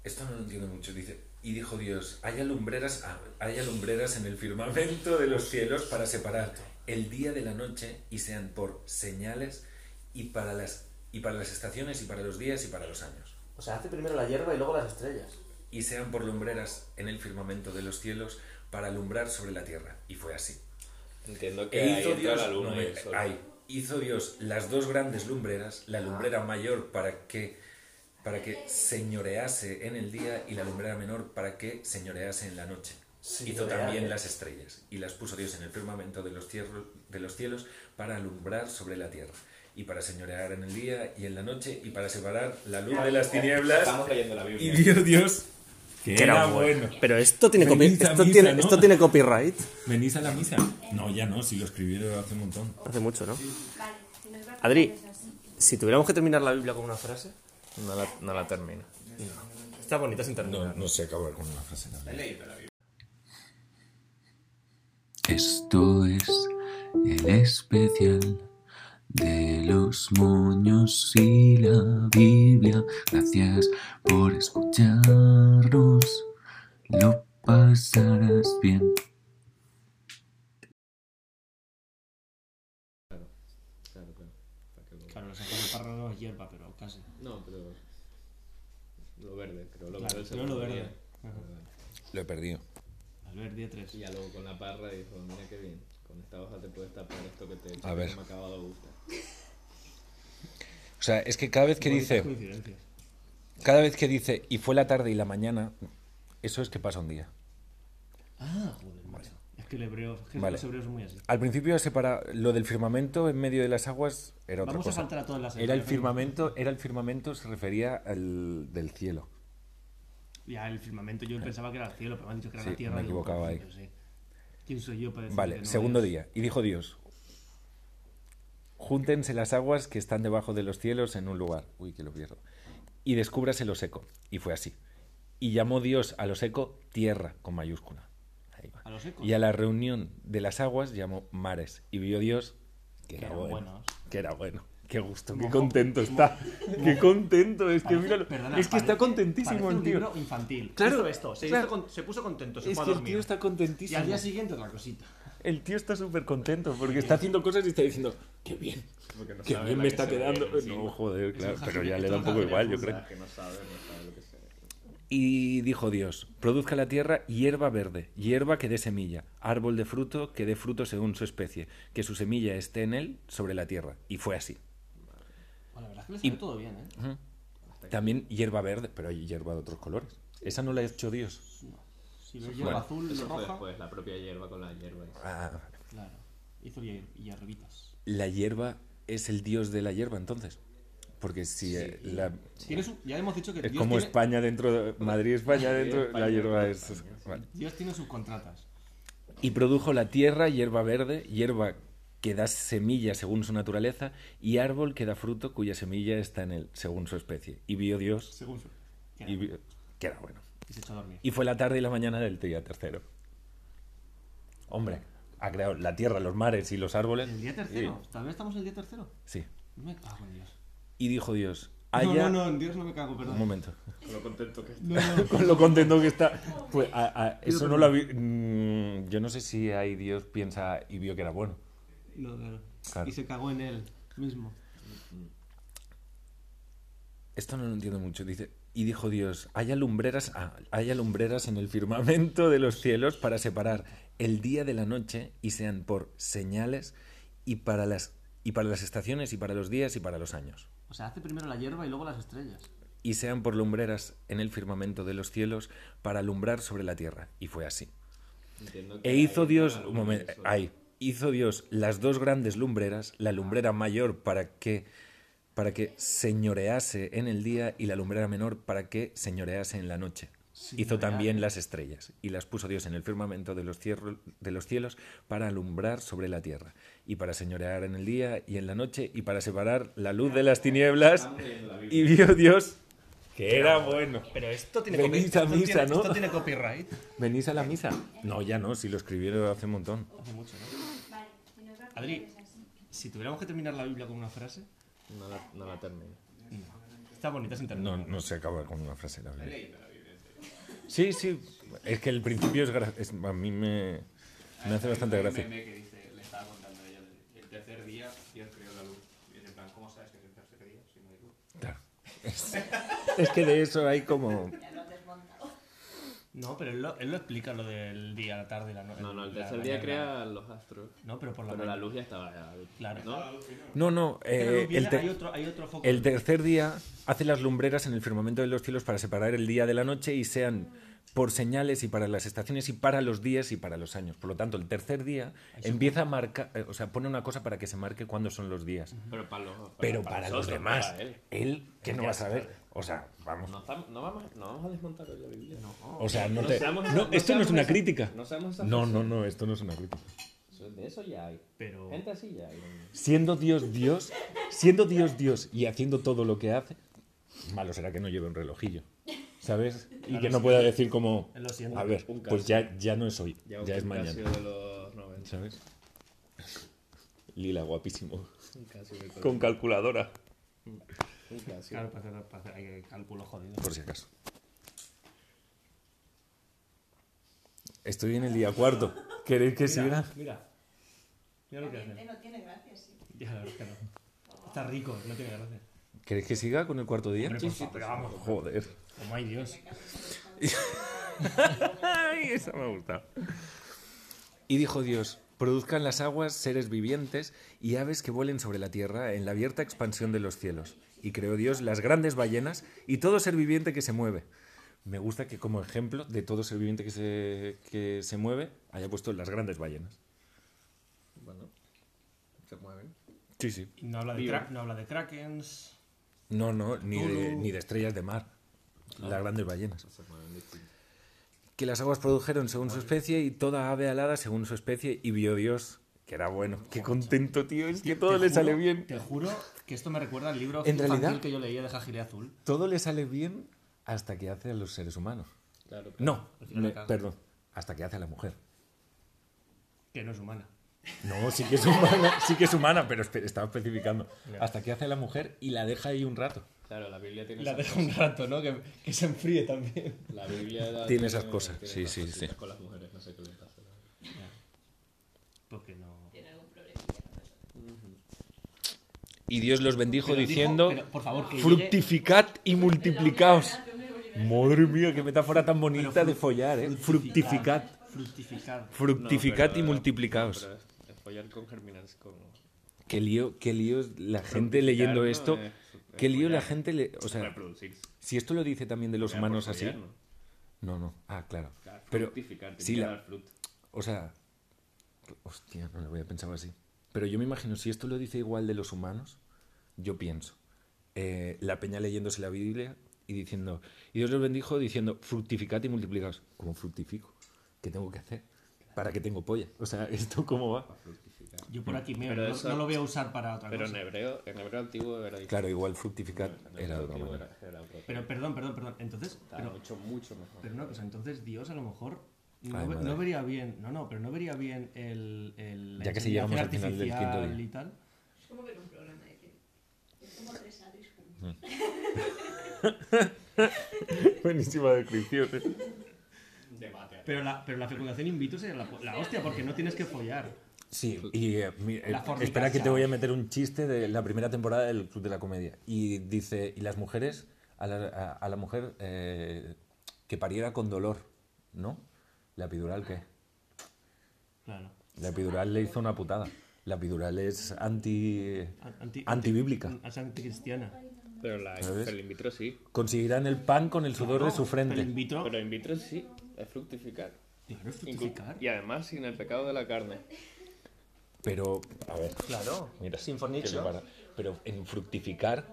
Esto no lo entiendo mucho. Dice, y dijo Dios, haya lumbreras, ah, haya lumbreras en el firmamento de los cielos para separar el día de la noche y sean por señales y para las, y para las estaciones y para los días y para los años.
O sea, hace primero la hierba y luego las estrellas.
Y sean por lumbreras en el firmamento de los cielos para alumbrar sobre la tierra. Y fue así.
Entiendo que
E
ahí
hizo
entra
Dios,
la luna
no,
y
me-
el sol.
ay, hizo Dios las dos grandes lumbreras,
Ah.
la lumbrera mayor para que para que señorease en el día y la lumbrera menor para que señorease en la noche. Hizo
Señorear,
también
¿eh?
las estrellas y las puso Dios en el firmamento de los, cielos, de los cielos para alumbrar sobre la tierra y para señorear en el día y en la noche y para separar la luz de las tinieblas.
Estamos leyendo la
Y
Biblia.
vio Dios que, era bueno.
Pero esto tiene,
copi- Bendita esto misa, tiene- ¿no? esto tiene
copyright.
¿Venís a la misa? No, ya no, si lo escribieron hace un montón.
Hace mucho, ¿no?
Vale, nos va a
Adri.
poner así.
Si tuviéramos que terminar la Biblia con una frase.
No la, no la termino.
Está bonita sin terminar.
No, no sé acabar con una frase también.
Esto es el especial de los moños y la Biblia. Gracias por escucharnos. Lo pasarás bien.
Claro, claro. Para que lo-
Claro, los ojos de parra no es hierba, pero casi.
No, pero. Lo verde, creo. Lo
Claro,
verde. se
creo lo
podría.
verde.
Lo he perdido.
Al ver día 3.
Y ya luego con la parra dijo: Mira qué bien. Con esta hoja te puedes tapar esto que te he hecho
A
que
ver.
no me ha acabado de gustar.
O O sea, es que cada vez que dice,
Coincidencias.
cada vez que dice, y fue la tarde y la mañana, eso es que pasa un día.
Ah, joder, macho. Es que el hebreo, es que
Vale.
los hebreos son muy así.
Al principio separa lo del firmamento en medio de las aguas era otra
Vamos a
cosa.
saltar a todas las
era el
secciones.
firmamento, era el firmamento se refería al del cielo.
Ya el firmamento, yo pensaba que era el cielo, pero me han dicho que era
Sí,
la tierra.
me he
digo,
equivocado ahí.
yo sé. ¿Quién soy yo para decir
Vale,
que no
segundo
es?
día. Y dijo Dios, júntense las aguas que están debajo de los cielos en un lugar. Uy, que lo pierdo. Y descúbrase lo seco. Y fue así. Y llamó Dios a lo seco tierra, con mayúscula. Ahí va.
A lo seco.
Y a la reunión de las aguas llamó mares. Y vio Dios que,
Que
era
eran
bueno.
buenos.
Que era bueno. Qué gusto, qué
Mojo.
contento está. Qué contento, es que
Parece-
míralo.
perdona,
es que está
parece-
contentísimo
parece
el
un
tío.
libro infantil.
Claro,
Hizo esto, se,
claro.
hizo con- se puso contento, se
Es
fue a
que el
dormir.
tío está
Y
contentísimo.
al día siguiente otra cosita.
El tío está súper contento porque está haciendo cosas y está diciendo, qué bien, qué bien me está quedando. No, joder, claro, pero ya le da un poco igual, yo creo. Y dijo Dios, produzca la tierra hierba verde, hierba que dé semilla, árbol de fruto que dé fruto según su especie, que su semilla esté en él sobre la tierra. Y fue así.
Bueno, la verdad es que le salió todo bien, ¿eh?
También hierba verde, pero hay hierba de otros colores. Esa no la ha hecho Dios.
Si lo lleva azul,
Eso
lo
fue
roja.
después, la propia hierba con la hierba. y-
Ah,
Claro. Hizo hier- hierbitas.
la hierba es el dios de la hierba entonces. Porque si eh, la,
Tienes un- ya hemos dicho que
Es
Dios,
como
tiene,
España dentro de... Madrid, España dentro... la hierba es... Vale.
Dios tiene sus contratas.
Y produjo la tierra, hierba verde, hierba que da semilla según su naturaleza y árbol que da fruto cuya semilla está en él según su especie. Y vio Dios
Según su. Que
y
era-
vio- que era bueno.
y se echó a dormir.
Y fue la tarde y la mañana del día tercero. Hombre, ha creado la tierra, los mares y los árboles.
¿El día tercero? ¿Todavía estamos en el día tercero?
Sí.
Me cago en Dios.
Y dijo Dios,
No,
haya...
no, no, en Dios no me cago,
Ah, Un
perdón.
momento.
No, no.
con lo contento que está. Pues a- a- eso no lo había. Mm, yo no sé si ahí Dios piensa y vio que era bueno.
No, claro.
Claro.
Y se cagó en él mismo.
Esto no lo entiendo mucho. Dice, y dijo Dios, haya lumbreras, ah, haya lumbreras en el firmamento de los cielos para separar el día de la noche y sean por señales y para las y para las estaciones y para los días y para los años.
O sea, hace primero la hierba y luego las estrellas.
Y sean por lumbreras en el firmamento de los cielos para alumbrar sobre la tierra. Y fue así.
Entiendo que
E hizo
hay
Dios,
una
un momento,
luz,
ahí, hizo Dios las dos grandes lumbreras, la lumbrera mayor para que para que señorease en el día y la lumbrera menor para que señorease en la noche. Hizo también las estrellas y las puso Dios en el firmamento de los, cierro- de los cielos para alumbrar sobre la tierra y para señorear en el día y en la noche y para separar la luz de las tinieblas. Y vio Dios que era bueno.
Pero esto
tiene Venid copy- a esto misa, tiene- ¿no? esto tiene
copyright.
¿Venís a la misa? No, ya no, si lo escribieron hace un montón.
Hace mucho, ¿no? Adri, si tuviéramos que terminar la Biblia con una frase,
No la, no la termino.
está bonita sin terminar.
No, no se acaba con una frase la Biblia. Sí, sí. Es que el principio es, gra- es- a mí me, me hace bastante gracia.
meme que dice, le estaba contando a ella, el tercer día Dios creó la luz. Y es en plan, ¿cómo sabes que es el tercer día si no hay luz?
Claro. Es, es que de eso hay como
No, pero él lo, él lo explica lo del día, la tarde y la noche.
No, no, el
la
tercer día
mañana.
crea los astros.
No, pero por la
Pero la
mañana.
luz ya estaba. ya,
Claro.
¿no?
no, no.
Pero
eh,
viene-
el, te-
hay, otro, hay otro foco.
el tercer día hace las lumbreras en el firmamento de los cielos para separar el día de la noche y sean por señales y para las estaciones y para los días y para los años. Por lo tanto, el tercer día empieza a marcar, eh, o sea, pone una cosa para que se marque cuándo son los días.
Pero para los, para,
Pero para, los
nosotros,
demás,
para
él,
él.
que no va a saber. O sea, vamos.
No, estamos- no vamos, no vamos a desmontar hoy la Biblia. No,
O sea, no te.
seamos-
no, esto no
seamos
es una
esa-
crítica.
No seamos esa
No,
persona.
no, no, esto no es una crítica.
Eso- De eso ya hay.
Pero-
Gente así ya hay.
Siendo Dios Dios, siendo Dios Dios y haciendo todo lo que hace, malo será que no lleve un relojillo. ¿Sabes? Y que no pueda decir como.
Lo siento.
A ver,
Un caso.
pues ya, ya no es hoy, ya,
un
es mañana.
Casio de los 90.
¿Sabes? Lila, guapísimo.
Un Casio de
Con calculadora.
Un Casio.
Claro, para hacer, para hacer- hay cálculo jodido.
Por si acaso. Estoy en el día cuarto. ¿Queréis que siga?
Mira. Mira lo que hace.
No tiene gracia, sí.
Ya, la verdad es que no. Está rico, no tiene gracia.
¿Queréis que siga con el cuarto día?
Hombre, por favor, pero vamos.
Joder.
Como hay Dios.
Ay, esa me ha gustado. Y dijo Dios, produzcan las aguas seres vivientes y aves que vuelen sobre la tierra en la abierta expansión de los cielos. y creó Dios las grandes ballenas y todo ser viviente que se mueve. Me gusta que como ejemplo de todo ser viviente que se, que se mueve haya puesto las grandes ballenas.
Bueno, se mueven.
Sí, sí.
Y No habla de,
Viva.
cra- no habla de krakens.
No, no, ni de,
Cthulhu.
ni de estrellas de mar.
Ah.
Las grandes ballenas.
Se mueven distinto.
Que las aguas produjeron según su especie y toda ave alada según su especie y vio Dios que era bueno. Qué contento, tío. Es que todo
Te
le
juro-
sale bien.
Te juro que esto me recuerda al libro
En
infantil
realidad-
que yo leía de Jajire Azul.
Todo le sale bien hasta que hace a los seres humanos.
Claro, pero
No,
Al final
me-
la caga.
perdón. Hasta que hace a la mujer.
Que no es humana.
No, sí que es humana, sí que es humana, pero espe- estaba especificando. Hasta que hace a la mujer y la deja ahí un rato.
Claro, la Biblia tiene
La
esas
dejo un rato, ¿no? Que, que se enfríe también.
cosas. La Biblia da-
Tiene esas cosas,
tiene
sí,
esas
sí,
cositas
sí.
Con las mujeres, no sé qué le pasa.
Porque no.
Y Dios los bendijo
Pero dijo-
diciendo,
pero, por favor, que llegue-
fructificad y multiplicaos. Madre mía, qué metáfora tan bonita de follar, ¿eh? Fructificad.
Fructificad.
Fructificad
No, pero-
y multiplicaos.
Pero es- es follar con germinas con...
Qué lío, qué lío es la gente leyendo
¿no?
esto.
Eh,
Qué lío la
follar.
gente... le- O sea,
reproducirse.
si esto lo dice también de los
Follar
Ah. humanos
por
así...
follar, ¿no?
No, no. Ah, claro.
Claro,
Pero
fructificar, tiene
sí,
que
la-
dar fruto.
O sea, hostia, no lo había pensado así. Pero yo me imagino, si esto lo dice igual de los humanos, yo pienso, eh, la peña leyéndose la Biblia y diciendo, y Dios los bendijo diciendo, fructificad y multiplicaos. ¿Cómo fructifico? ¿Qué tengo que hacer? ¿Para qué tengo polla? O sea, ¿esto cómo va?
Yo por aquí, mira,
Pero
no,
eso-
no lo voy a usar para otra
Pero en
cosa.
hebreo, en hebreo antiguo era
Claro, igual fructificad
En hebreo
era de otra
antiguo
manera.
era- era otro.
Pero perdón, perdón, perdón. Entonces,
Estaba
pero,
mucho, mucho mejor.
pero una cosa, entonces Dios a lo mejor no,
Ay,
ve-
madre.
no vería bien, no, no, pero no vería bien el, el la
Ya que si
inseminación
llegamos al final del quinto
artificial
día.
y tal.
como que en un programa de tele. Es como tres Adris juntos.
Buenísima descripción. ¿eh?
Pero la, pero la fecundación in vitro sería la, la hostia, porque no tienes que follar.
Sí, y eh, mi- eh,
La fornicación.
espera que te voy a meter un chiste de la primera temporada del Club de la Comedia. Y dice, y las mujeres, a la, a- a la mujer eh, que pariera con dolor, ¿no? La epidural, ¿qué?
Claro.
La epidural le hizo una putada. La epidural es anti,
Anti-
antibíblica.
Es anticristiana.
Pero la
¿Sabes?
pero el in vitro sí.
Conseguirán el pan con el sudor de su
Pero in
frente.
vitro.
Pero in vitro sí, es fructificar.
Claro, es
Inclu-
fructificar.
Y además sin el pecado de la carne.
Pero, a ver,
Claro.
mira,
Sin
que
fornicio.
le para- Pero en fructificar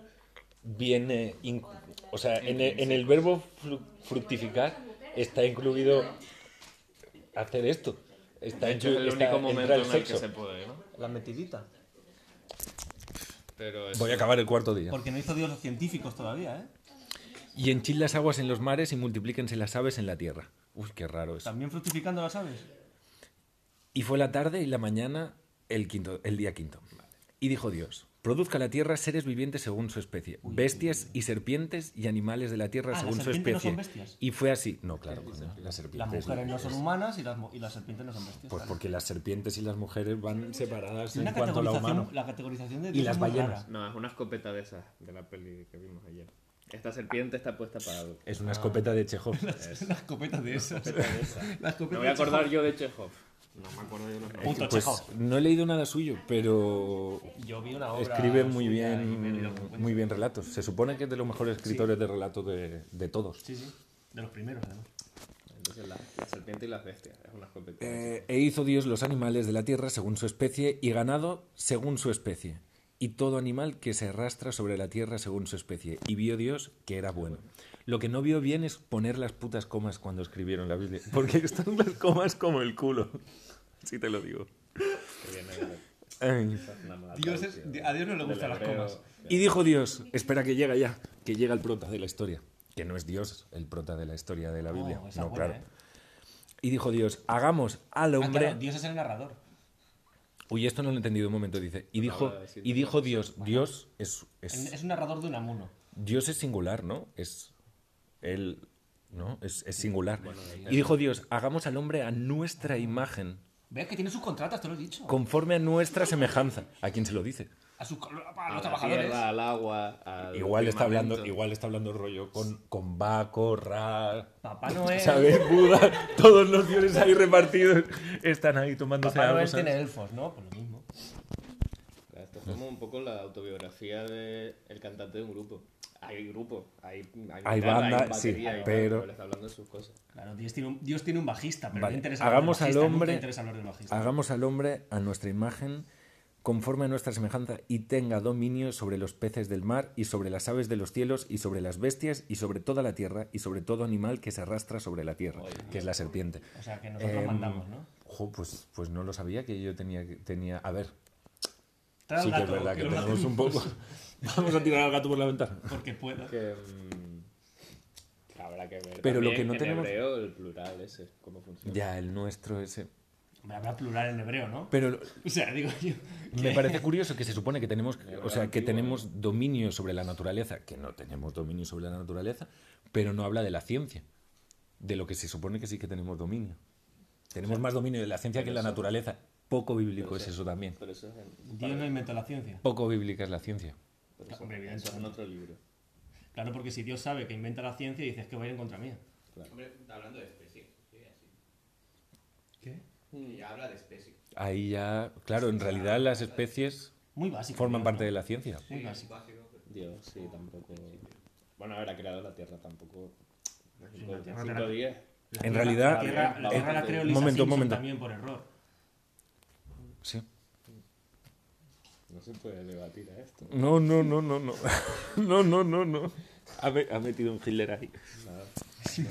viene... in- o sea, en el, en el verbo fru- fructificar está incluido hacer esto. Está,
Es el
inclu- está-
único
entra
momento
el
en el que
sexo.
se puede, ¿no?
La metidita.
Pero es-
Voy a acabar el cuarto día.
Porque no hizo Dios los científicos todavía, ¿eh?
Y henchid las aguas en los mares y multiplíquense las aves en la tierra. Uy, qué raro eso.
También fructificando las aves.
Y fue la tarde y la mañana el, quinto, el día quinto. Y dijo Dios, produzca la tierra seres vivientes según su especie, bestias y serpientes y animales de la tierra
Ah, ¿las
según su especie.
serpientes no son bestias?
Y fue así. No, claro, coño, las
Las
serpientes.
mujeres no son humanas y las, mo- y las serpientes no son bestias.
Pues
claro.
porque las serpientes y las mujeres van separadas
Una
en cuanto a lo
categorización-
humano.
la categorización de
Y
Dios
las
es muy
ballenas.
rara.
No, es una escopeta de esas, de la peli que vimos ayer. Esta serpiente está puesta para algo.
Es una escopeta de Chekhov.
Las escopetas de esas. Las escopetas
Me voy a
de esas.
acordar yo de Chekhov. No me acuerdo yo los nombres.
Puto
Pues
Chekhov.
no he leído nada suyo, pero
Yo vi una obra.
escribe muy
suya y me he leído
bien,
un cuento.
muy bien relatos. Se supone que es de los mejores escritores de relatos de, de todos.
Sí, sí. De los primeros, además.
Entonces la, la serpiente y las bestias. Es una escopeta. de
Eh, e hizo Dios los animales de la tierra según su especie y ganado según su especie, y todo animal que se arrastra sobre la tierra según su especie. Y vio Dios que era bueno. Lo que no vio bien es poner las putas comas cuando escribieron la Biblia, porque están las comas como el culo, si te lo digo.
Chekhov, que viene
Ay.
de- es una mala
Dios es-
traducción.
a Dios no le
Del
gustan las
hebreo-
comas. Ah,
Y dijo Dios, espera que llega ya, que llega el prota de la historia, que no es Dios el prota de la historia de la Biblia,
Oh, esa
no,
buena,
claro.
¿eh?
Y dijo Dios, hagamos al
Ah,
hombre...
claro, Dios es el narrador.
Uy, esto no lo he entendido un momento, dice. Y dijo,
Acaba de decir
y
dos
dijo Dios. Dios es,
Es
es-
es un narrador de un amuno.
Dios es singular, ¿no? Es. Él. ¿No? Es, es singular. Y dijo Dios: hagamos al hombre a nuestra imagen,
Ve que tiene sus contratas, te lo he dicho.
conforme a nuestra semejanza. ¿A quién se lo dice?
A, sus, a
A
los
la
trabajadores.
tierra, al agua, al
Igual está, hablando,
firmamento.
igual está hablando rollo con, con Baco, Ra.
Papá Noel.
¿Sabes? Buda. Todos los dioses ahí repartidos están ahí tomándose
Papá
algo.
Noel
¿sabes?
tiene elfos, ¿no? Pues lo mismo.
Esto Es como un poco la autobiografía del cantante de un grupo. Hay grupo, hay,
Hay
guitarra,
banda,
hay
sí,
batería, hay tal,
pero-
él está hablando de sus cosas.
Claro, Dios tiene un, Dios tiene un bajista, pero
Vale,
no interesa hablar
hagamos
del
al
bajista, nunca
hombre,
interesa hablar del bajista.
hagamos al hombre a nuestra imagen, conforme a nuestra semejanza, y tenga dominio sobre los peces del mar, y sobre las aves de los cielos, y sobre las bestias, y sobre toda la tierra, y sobre todo animal que se arrastra sobre la tierra, que es la serpiente.
O sea, que
Em,
nosotros mandamos, ¿no?
jo, pues, pues no lo sabía que yo tenía, que- tenía... A ver,
Trae al
sí que es
gato,
verdad
que
que
lo pues,
tenemos un poco... Vamos a tirar al gato por la ventana.
Porque puedo.
Que, mm, que habrá que ver.
Pero lo
también
que no
en
tenemos-
hebreo el plural ese, cómo funciona.
Ya, el nuestro ese...
Hombre, habrá plural en hebreo, ¿no?
Pero-
O sea, digo yo.
Me
que-
parece curioso que se supone que tenemos,
Pero
o sea, que
antiguo,
tenemos dominio sobre la naturaleza, que no tenemos dominio sobre la naturaleza, pero no habla de la ciencia, de lo que se supone que sí que tenemos dominio. Tenemos más dominio de la ciencia que de la naturaleza. Poco bíblico es eso también.
Pero eso es en-
Dios no inventó la ciencia.
Poco bíblica es la ciencia.
pero eso-
Hombre,
eso es en
evidentemente.
otro libro.
Claro, porque si Dios sabe que inventa la ciencia, dices que va a ir en contra mía.
Hombre, hablando de especies. sí, así.
¿Qué?
Y ya habla de especies.
Ahí ya, claro, en realidad las especies
Muy básico,
forman
Dios,
parte
¿no?
de la ciencia.
Muy
Sí,
básico.
básico, pero-
Dios, sí, tampoco. Bueno, habrá creado la tierra tampoco.
Sí,
cinco-
la tierra
cinco
la-
días.
la
En
tierra-
realidad-
La tierra, la, tierra la
eh,
creó
un
Lisa
momento, un
Simpson
momento.
también por error.
Sí.
No se puede debatir a esto.
No, no, no, no, no. No, no, no, no. Ha, metido un Hitler ahí.
Nada. No,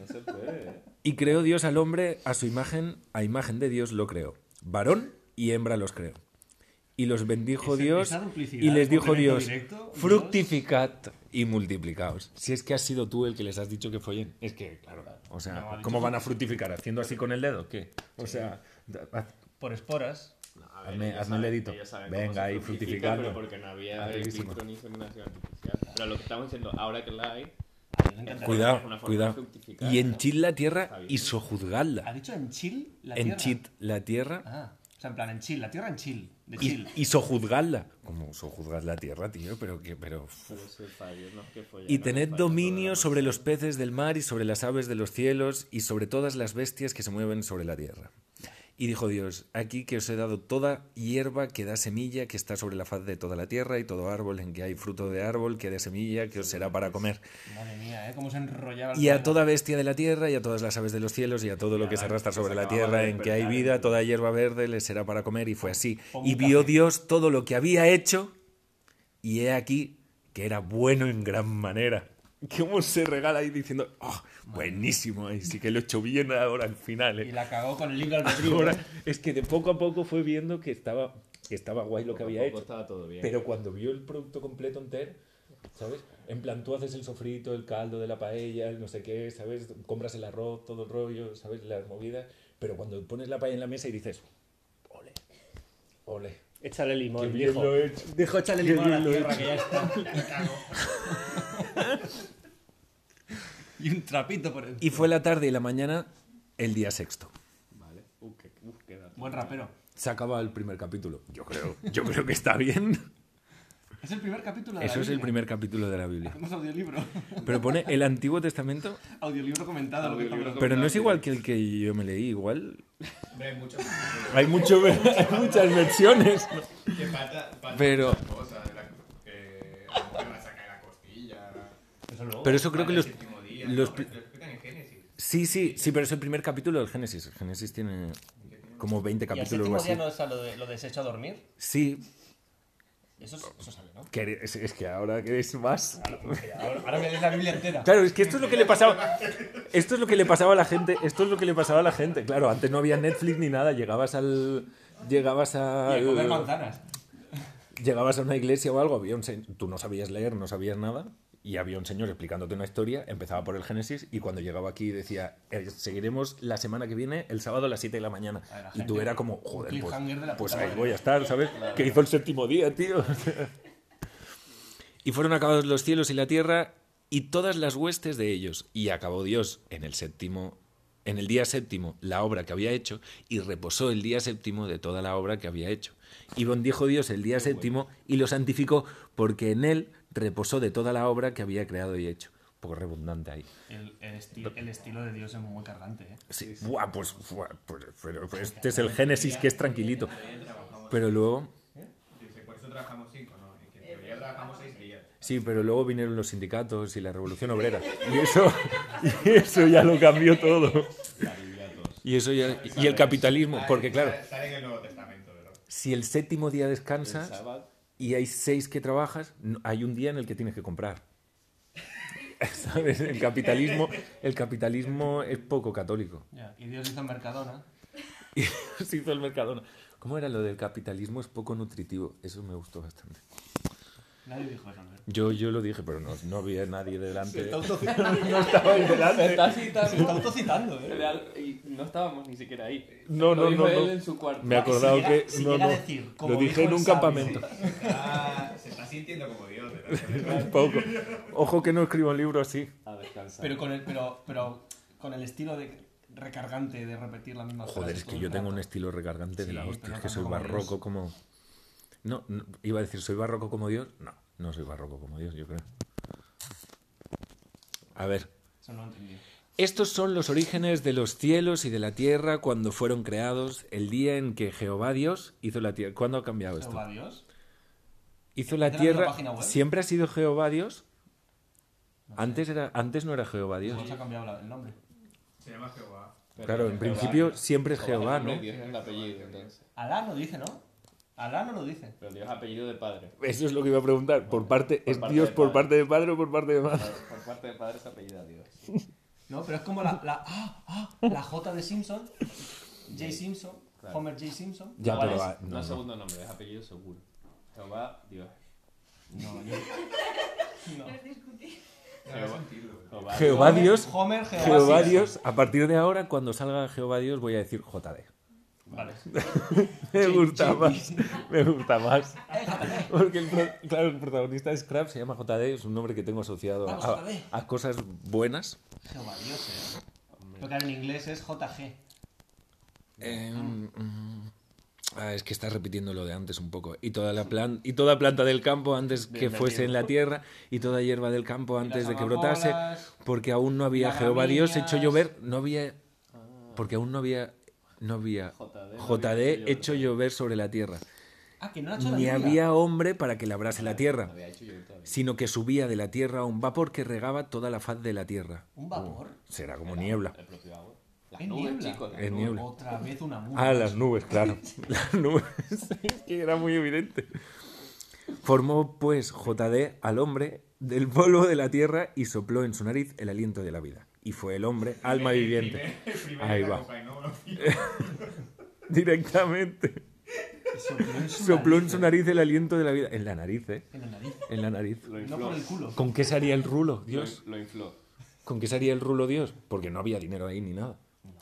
no se puede.
Y creó Dios al hombre a su imagen, a imagen de Dios lo creó. Varón y hembra los creó. Y los bendijo
Esa-
Dios
esa duplicidad,
y les dijo
complemento
Dios,
directo, Dios.
fructificad y multiplicaos. Si es que has sido tú el que les has dicho que follen. Es que, claro, o sea,
No, ha dicho
¿cómo van a fructificar? ¿Haciendo así con el dedo? ¿Qué? O sea, da- haz-
Por esporas.
A ver,
Hazme- hazme
ellos
el
saben-
dedito.
ellos saben
Venga,
cómo se
ahí,
fructifica,
fructificando.
Pero porque no había el
Arribísima.
filtro ni inseminación artificial. Pero lo que estamos diciendo, ahora que la hay,
cuidado,
es una forma de
cuidado.
fructificar.
Y henchid la tierra
Está bien.
y sojuzgadla.
¿Ha dicho en Chile la tierra?
Henchid la tierra
Ah, o sea, en plan en Chile, la tierra en Chile, de
y,
Chile.
y sojuzgadla. Como sojuzgas la tierra, tío, pero que, pero
Pero Pues eso es para ellos, no es que follar,
Y
no,
tened
para todo
dominio
lo
sobre los peces del mar y sobre las aves de los cielos y sobre todas las bestias que se mueven sobre la tierra. Y dijo Dios, aquí que os he dado toda hierba que da semilla, que está sobre la faz de toda la tierra, y todo árbol en que hay fruto de árbol, que dé semilla, que os será para comer.
Madre mía, ¿eh? Cómo se enrollaba el
Y a
cuadro.
toda bestia de la tierra, y a todas las aves de los cielos, y a todo lo que se arrastra sobre la tierra, en que hay vida, toda hierba verde les será para comer, y fue así.
Pon
Y
un
vio
café.
Dios todo lo que había hecho, y he aquí que era bueno en gran manera. ¿Cómo se regala ahí diciendo, "Oh, buenísimo, ahí sí que lo he hecho bien ahora al final?
Y
eh"?
la cagó con el libro albedrío.
Ahora, es que de poco a poco fue viendo que estaba, que estaba guay lo que
Poco a
había
poco
hecho.
estaba todo bien.
Pero cuando vio el producto completo entero, ¿sabes? En plan, tú haces el sofrito, el caldo de la paella, el no sé qué, ¿sabes? Compras el arroz, todo el rollo, ¿sabes? Las movidas. Pero cuando pones la paella en la mesa y dices, ole, ole.
Échale
Qué
limón,
bien
dijo.
lo he hecho.
Dijo, échale
Qué
limón a la
bien lo he
tierra, que ya
hecho.
está. La cago. y un trapito por encima.
Y fue la tarde y la mañana, el día sexto.
Vale. Uh, qué, uh, qué dato.
Buen rapero.
Se acaba el primer capítulo. Yo creo, yo creo que está bien.
Es el primer capítulo de la
Eso es el
Biblia.
primer capítulo de la Biblia.
Hacemos audiolibro.
Pero pone el Antiguo Testamento,
audiolibro comentado. lo que
Audiolibro
estamos-
pero no es igual que el que yo me leí, igual.
Hombre, hay muchos.
Hay, mucho, hay muchas versiones. ¿no?
Que falta, falta
Pero-
muchas cosas, de la- eh, que a lo mejor la saca de la costilla.
Pero eso creo que
Vale,
los-
el séptimo día,
los
no,
pri-
Te lo explican en Génesis.
Sí, sí, sí, pero es el primer capítulo del Génesis. El Génesis tiene como 20
Y al
capítulos o
séptimo
así.
día no está lo de, lo de se echó a dormir.
Sí,
Eso, es- eso sale, ¿no?
que es, es que ahora queréis más.
Ahora, ahora me lees la Biblia entera.
Claro, es que esto es lo que le pasaba. Esto es lo que le pasaba a la gente. Esto es lo que le pasaba a la gente. Claro, antes no había Netflix ni nada. Llegabas al. Llegabas
Y a comer
al.
manzanas.
Llegabas a una iglesia o algo. Había un se- Tú no sabías leer, no sabías nada. Y había un señor explicándote una historia. Empezaba por el Génesis. Y cuando llegaba aquí decía: "Eh, Seguiremos la semana que viene, el sábado a las 7 de la mañana.
la
Y tú
gente-
era como:
un
Joder, pues,
cliffhanger de la
pues
puta
ahí
madre".
voy a estar, ¿sabes? Que hizo el séptimo día, tío. Y fueron acabados los cielos y la tierra y todas las huestes de ellos. Y acabó Dios en el séptimo, en el día séptimo, la obra que había hecho, y reposó el día séptimo de toda la obra que había hecho. Y bendijo Dios el día séptimo y lo santificó, porque en él reposó de toda la obra que había creado y hecho. Un poco redundante ahí.
El, el, esti- el estilo de Dios es muy cargante, ¿eh?
Sí. Buah, pues, buah,
¿Eh?
pues, pero, pues, este es el Génesis que es tranquilito. Pero luego.
Dice, por eso
trabajamos cinco, ¿no? En que en teoría trabajamos seis días.
Sí, pero luego vinieron los sindicatos y la revolución obrera. Y eso, y eso ya lo cambió todo. Y eso ya, y el capitalismo, porque claro,
Sale en el Nuevo Testamento, ¿verdad?
si el séptimo día
El
descansas
sábado.
y hay seis que trabajas, no- hay un día en el que tienes que comprar. ¿Sabes? El capitalismo, el capitalismo es poco católico.
Ya, Y Dios hizo en Mercadona.
Y se hizo el Mercadona. ¿Cómo era lo del capitalismo es poco nutritivo? Eso me gustó bastante.
Nadie dijo eso, Albert.
Yo, yo lo dije, pero no, no había nadie delante.
Se está
no,
autocitando.
estaba ahí delante.
Se está citando.
Se está autocitando, ¿eh?
Real- y no estábamos ni siquiera ahí.
No,
Lo
no,
dijo
no.
él
no.
en su cuarto.
Me he acordado que. no, no. lo dije en un campamento.
Ah, se está sintiendo como Dios, ¿verdad?
Un poco. Ojo que no escribo un libro así.
Pero con el, pero, pero con el estilo de recargante de repetir la misma
Joder,
frase
es
todo
que
el
yo tengo
rato.
un estilo recargante de la
Sí,
hostia.
pero
Es que
no
soy
como
barroco
Dios.
como. No, no, iba a decir, ¿soy barroco como Dios? No, no soy barroco como Dios, yo creo. A ver.
Eso no lo entendí.
Pues Estos son los orígenes de los cielos y de la tierra cuando fueron creados, el día en que Jehová Dios hizo la tierra. ¿Cuándo ha cambiado esto?
Jehová Dios.
Hizo la
¿Es de la misma
tierra.
página web?
¿Siempre ha sido Jehová Dios? Antes, era, antes no era Jehová Dios.
¿Cómo se ha cambiado la- el nombre?
Se llama Jehová.
Claro, en principio siempre es Jehová, ¿no?
Dios es el apellido, entonces.
Alá no dice, ¿no? Alá no lo dice.
Pero Dios es apellido de padre.
Eso es lo que iba a preguntar. ¿Por parte, ¿Es
parte
Dios
de
por
padre.
parte de padre o por parte de madre?
Por- Por parte de padre es apellido a Dios.
No, pero es como la, la, ah, ah, la J de Simpson, J. Simpson,
Claro.
Homer J. Simpson.
Ya,
Igual
pero
es-
va- no,
no, es
no.
segundo nombre, es apellido seguro. Jehová, Dios.
No, yo. No.
Jehová, Jehová,
Jehová
Homer,
Dios.
Homer, Jehová
Jehová
Simpson.
Dios. A partir de ahora, cuando salga Jehová Dios, voy a decir JD.
Vale.
me
Sí,
gusta
sí.
más. Me gusta más.
Eh, JD.
Porque el, pro- claro, el protagonista de Scrap se llama JD, es un nombre que tengo asociado
Vamos,
a,
JD.
a cosas buenas.
Jehová Dios, eh. Pero claro, en inglés es JG.
Eh, mm, ah, es que estás repitiendo lo de antes un poco. Y toda, la plan y toda planta del campo antes que
Bienvenido.
fuese en la tierra, y toda hierba del campo antes de que brotase,
amapolas,
porque aún no había
las
Jehová Dios hecho
gramíneas.
llover, no había. Porque aún no había. No había JD, hecho llover sobre la tierra.
Ah, que no ha hecho la
Ni
lluvia.
había hombre para que labrase la tierra,
había hecho llover todavía.
sino que subía de la tierra un vapor que regaba toda la faz de la tierra.
¿Un vapor?
será como niebla.
El propio agua. Las
Es
nubes,
niebla.
chicos. las
Es
nubes.
niebla.
Otra vez una mula.
Ah, las nubes, claro. Las nubes. Es que era muy evidente. Formó, pues, JD al hombre del polvo de la tierra y sopló en su nariz el aliento de la vida. Y fue el hombre, alma viviente.
primer- primer
Ahí
la
va.
cocaína, ¿no?
Directamente.
Sopló en su
Sopló en
nariz,
su
¿eh?
nariz el aliento de la vida. En la nariz, ¿eh?
En la nariz.
En la nariz.
Lo infló.
por el culo.
¿Con qué se haría el rulo, Dios?
Lo, lo infló.
¿Con qué se haría el rulo, Dios? Porque no había dinero ahí ni nada.
No.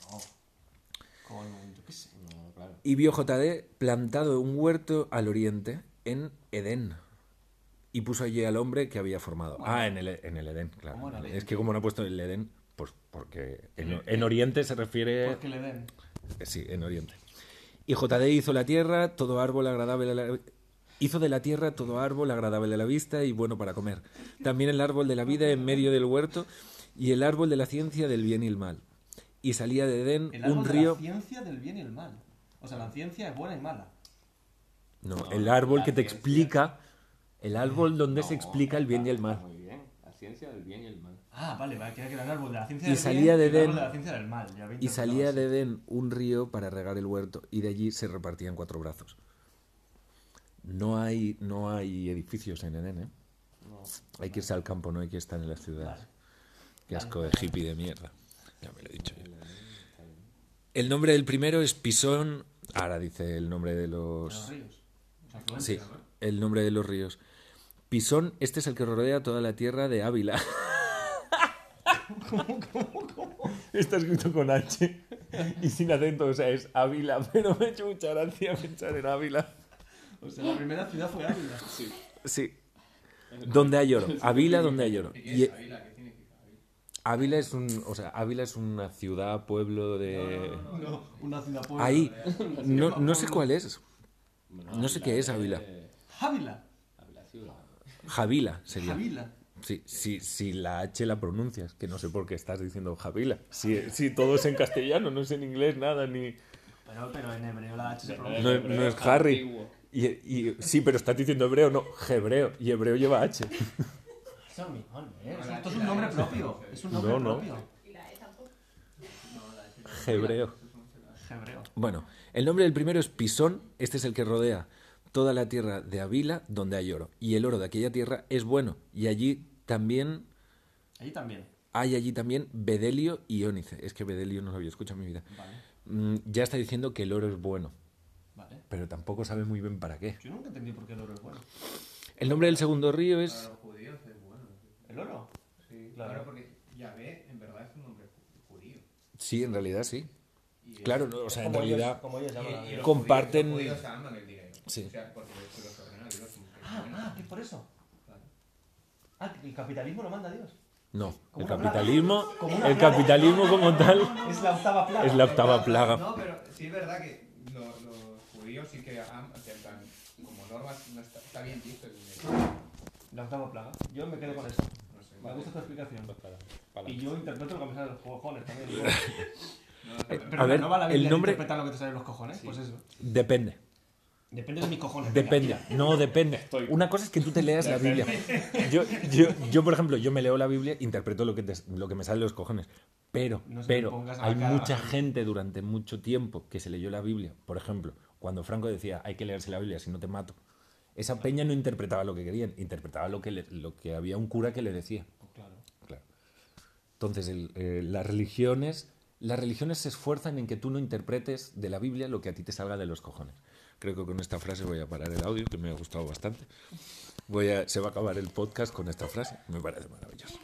Con, yo qué sé.
No, claro.
Y vio JD plantado un huerto al oriente, en Edén. Y puso allí al hombre que había formado. Ah, en el, en el Edén, claro.
¿Cómo en el
Es que como no ha puesto el Edén, pues porque en, en Oriente se refiere...
Porque le den.
Eh, Sí, en Oriente. Y JD hizo la tierra, todo árbol agradable a la... Hizo de la tierra todo árbol agradable a la vista y bueno para comer. También el árbol de la vida en medio del huerto y el árbol de la ciencia del bien y el mal. Y salía de Edén
El árbol
un
de
río...
la ciencia del bien y el mal. O sea, la ciencia es buena y mala.
No,
No,
el árbol
la
que te
ciencia.
explica... El árbol donde se explica el bien y el mal.
Muy bien. La ciencia del bien y el mal.
Ah, vale, vale, creía que era el árbol de la ciencia
Y
del
salía
bien
de
y el árbol
Edén.
de la ciencia del mal. Ya había
Y salía
interpretado
de Edén un río para regar el huerto y de allí se repartían cuatro brazos. No hay, no hay edificios en Edén, ¿eh? Hay que irse al campo, no hay que estar en las ciudades. Qué asco de hippie de mierda. Ya me lo he dicho yo. El nombre del primero es Pisón. Ahora dice el nombre de
Ah,
así.
los.
Los ríos. Los afluentes,
Sí,
¿no?
el nombre de los ríos. Pisón, este es el que rodea toda la tierra de Ávila. Está escrito con H y sin acento, o sea, es Ávila, pero me ha hecho mucha gracia pensar en Ávila.
O sea, la primera ciudad fue Ávila.
Sí. ¿Dónde hay oro? Ávila, ¿dónde hay oro? Y- e
Ávila, ¿qué significa?
Ávila es un, o sea, Ávila es una ciudad, pueblo de...
No, una ciudad pueblo.
Ahí,
Una ciudad
no, no sé
pueblo.
cuál es. No sé qué es Ávila. eh,
Ávila.
Habla ciudad.
Javila sería.
Ávila.
Sí, sí, sí, la H la pronuncias, que no sé por qué estás diciendo Javila. Si, si todo es en castellano, no es en inglés nada, ni...
Pero, pero en hebreo la H se
No,
pronuncia.
es- no es Harry.
Antiguo.
Y, y- sí, pero estás diciendo hebreo, no, hebreo. Y hebreo lleva H.
¿eh? Esto es un nombre propio. Es un nombre
No, no.
propio.
Hebreo.
Hebreo.
Bueno, el nombre del primero es Pisón, este es el que rodea toda la tierra de Avila donde hay oro. Y el oro de aquella tierra es bueno. Y allí también
Allí también.
hay allí también bedelio y ónice. Es que bedelio no lo había escuchado en mi vida.
Vale.
Mm, ya está diciendo que el oro es bueno.
Vale.
Pero tampoco sabe muy bien para qué.
Yo nunca entendí por qué el oro es bueno.
El nombre del segundo río es...
Judíos es bueno.
¿El oro?
Sí,
Claro.
claro. porque Yahvé en verdad es un nombre ju- judío.
Sí, en realidad sí. Claro, no, o sea, en
Como ellos-
realidad
como ellos llaman la vida.
comparten...
Y- y los judíos- los judíos aman el dinero.
Sí.
O sea, porque se los ordena Dios. como que-
Ah, ah, es por eso. Ah, el capitalismo lo manda Dios.
No,
Como
el
una plaga.
capitalismo,
Como una
el
plaga.
capitalismo como tal
Es la octava plaga.
es la octava plaga.
No, pero sí es verdad que lo- los, judíos sí que aman, o sea, en plan, como norma no está, está bien visto el dinero.
La octava plaga. Yo me quedo con eso. Me gusta tu explicación. Y yo interpreto lo que me sale de los cojones también. digo. Pero- pero
a ver,
no va la
el
Biblia
nombre-
interpretar lo que te sale de los cojones, pues eso.
Depende.
Depende de mis cojones.
Depende, no depende. Una cosa es que tú te leas la Biblia. Yo, yo, yo, por ejemplo, yo me leo la Biblia, interpreto lo que, te- lo que me sale de los cojones. Pero,
No se me
pero
pongas a la
hay
cara.
mucha gente durante mucho tiempo que se leyó la Biblia. Por ejemplo, cuando Franco decía, hay que leerse la Biblia, si no te mato. Esa peña no interpretaba lo que querían, interpretaba lo que, le- lo que había un cura que le decía.
Oh, Claro.
Claro. Entonces, el- eh, las religiones. Las religiones se esfuerzan en que tú no interpretes de la Biblia lo que a ti te salga de los cojones. Creo que con esta frase voy a parar el audio, que me ha gustado bastante. Voy a- se va a acabar el podcast con esta frase. Me parece maravilloso.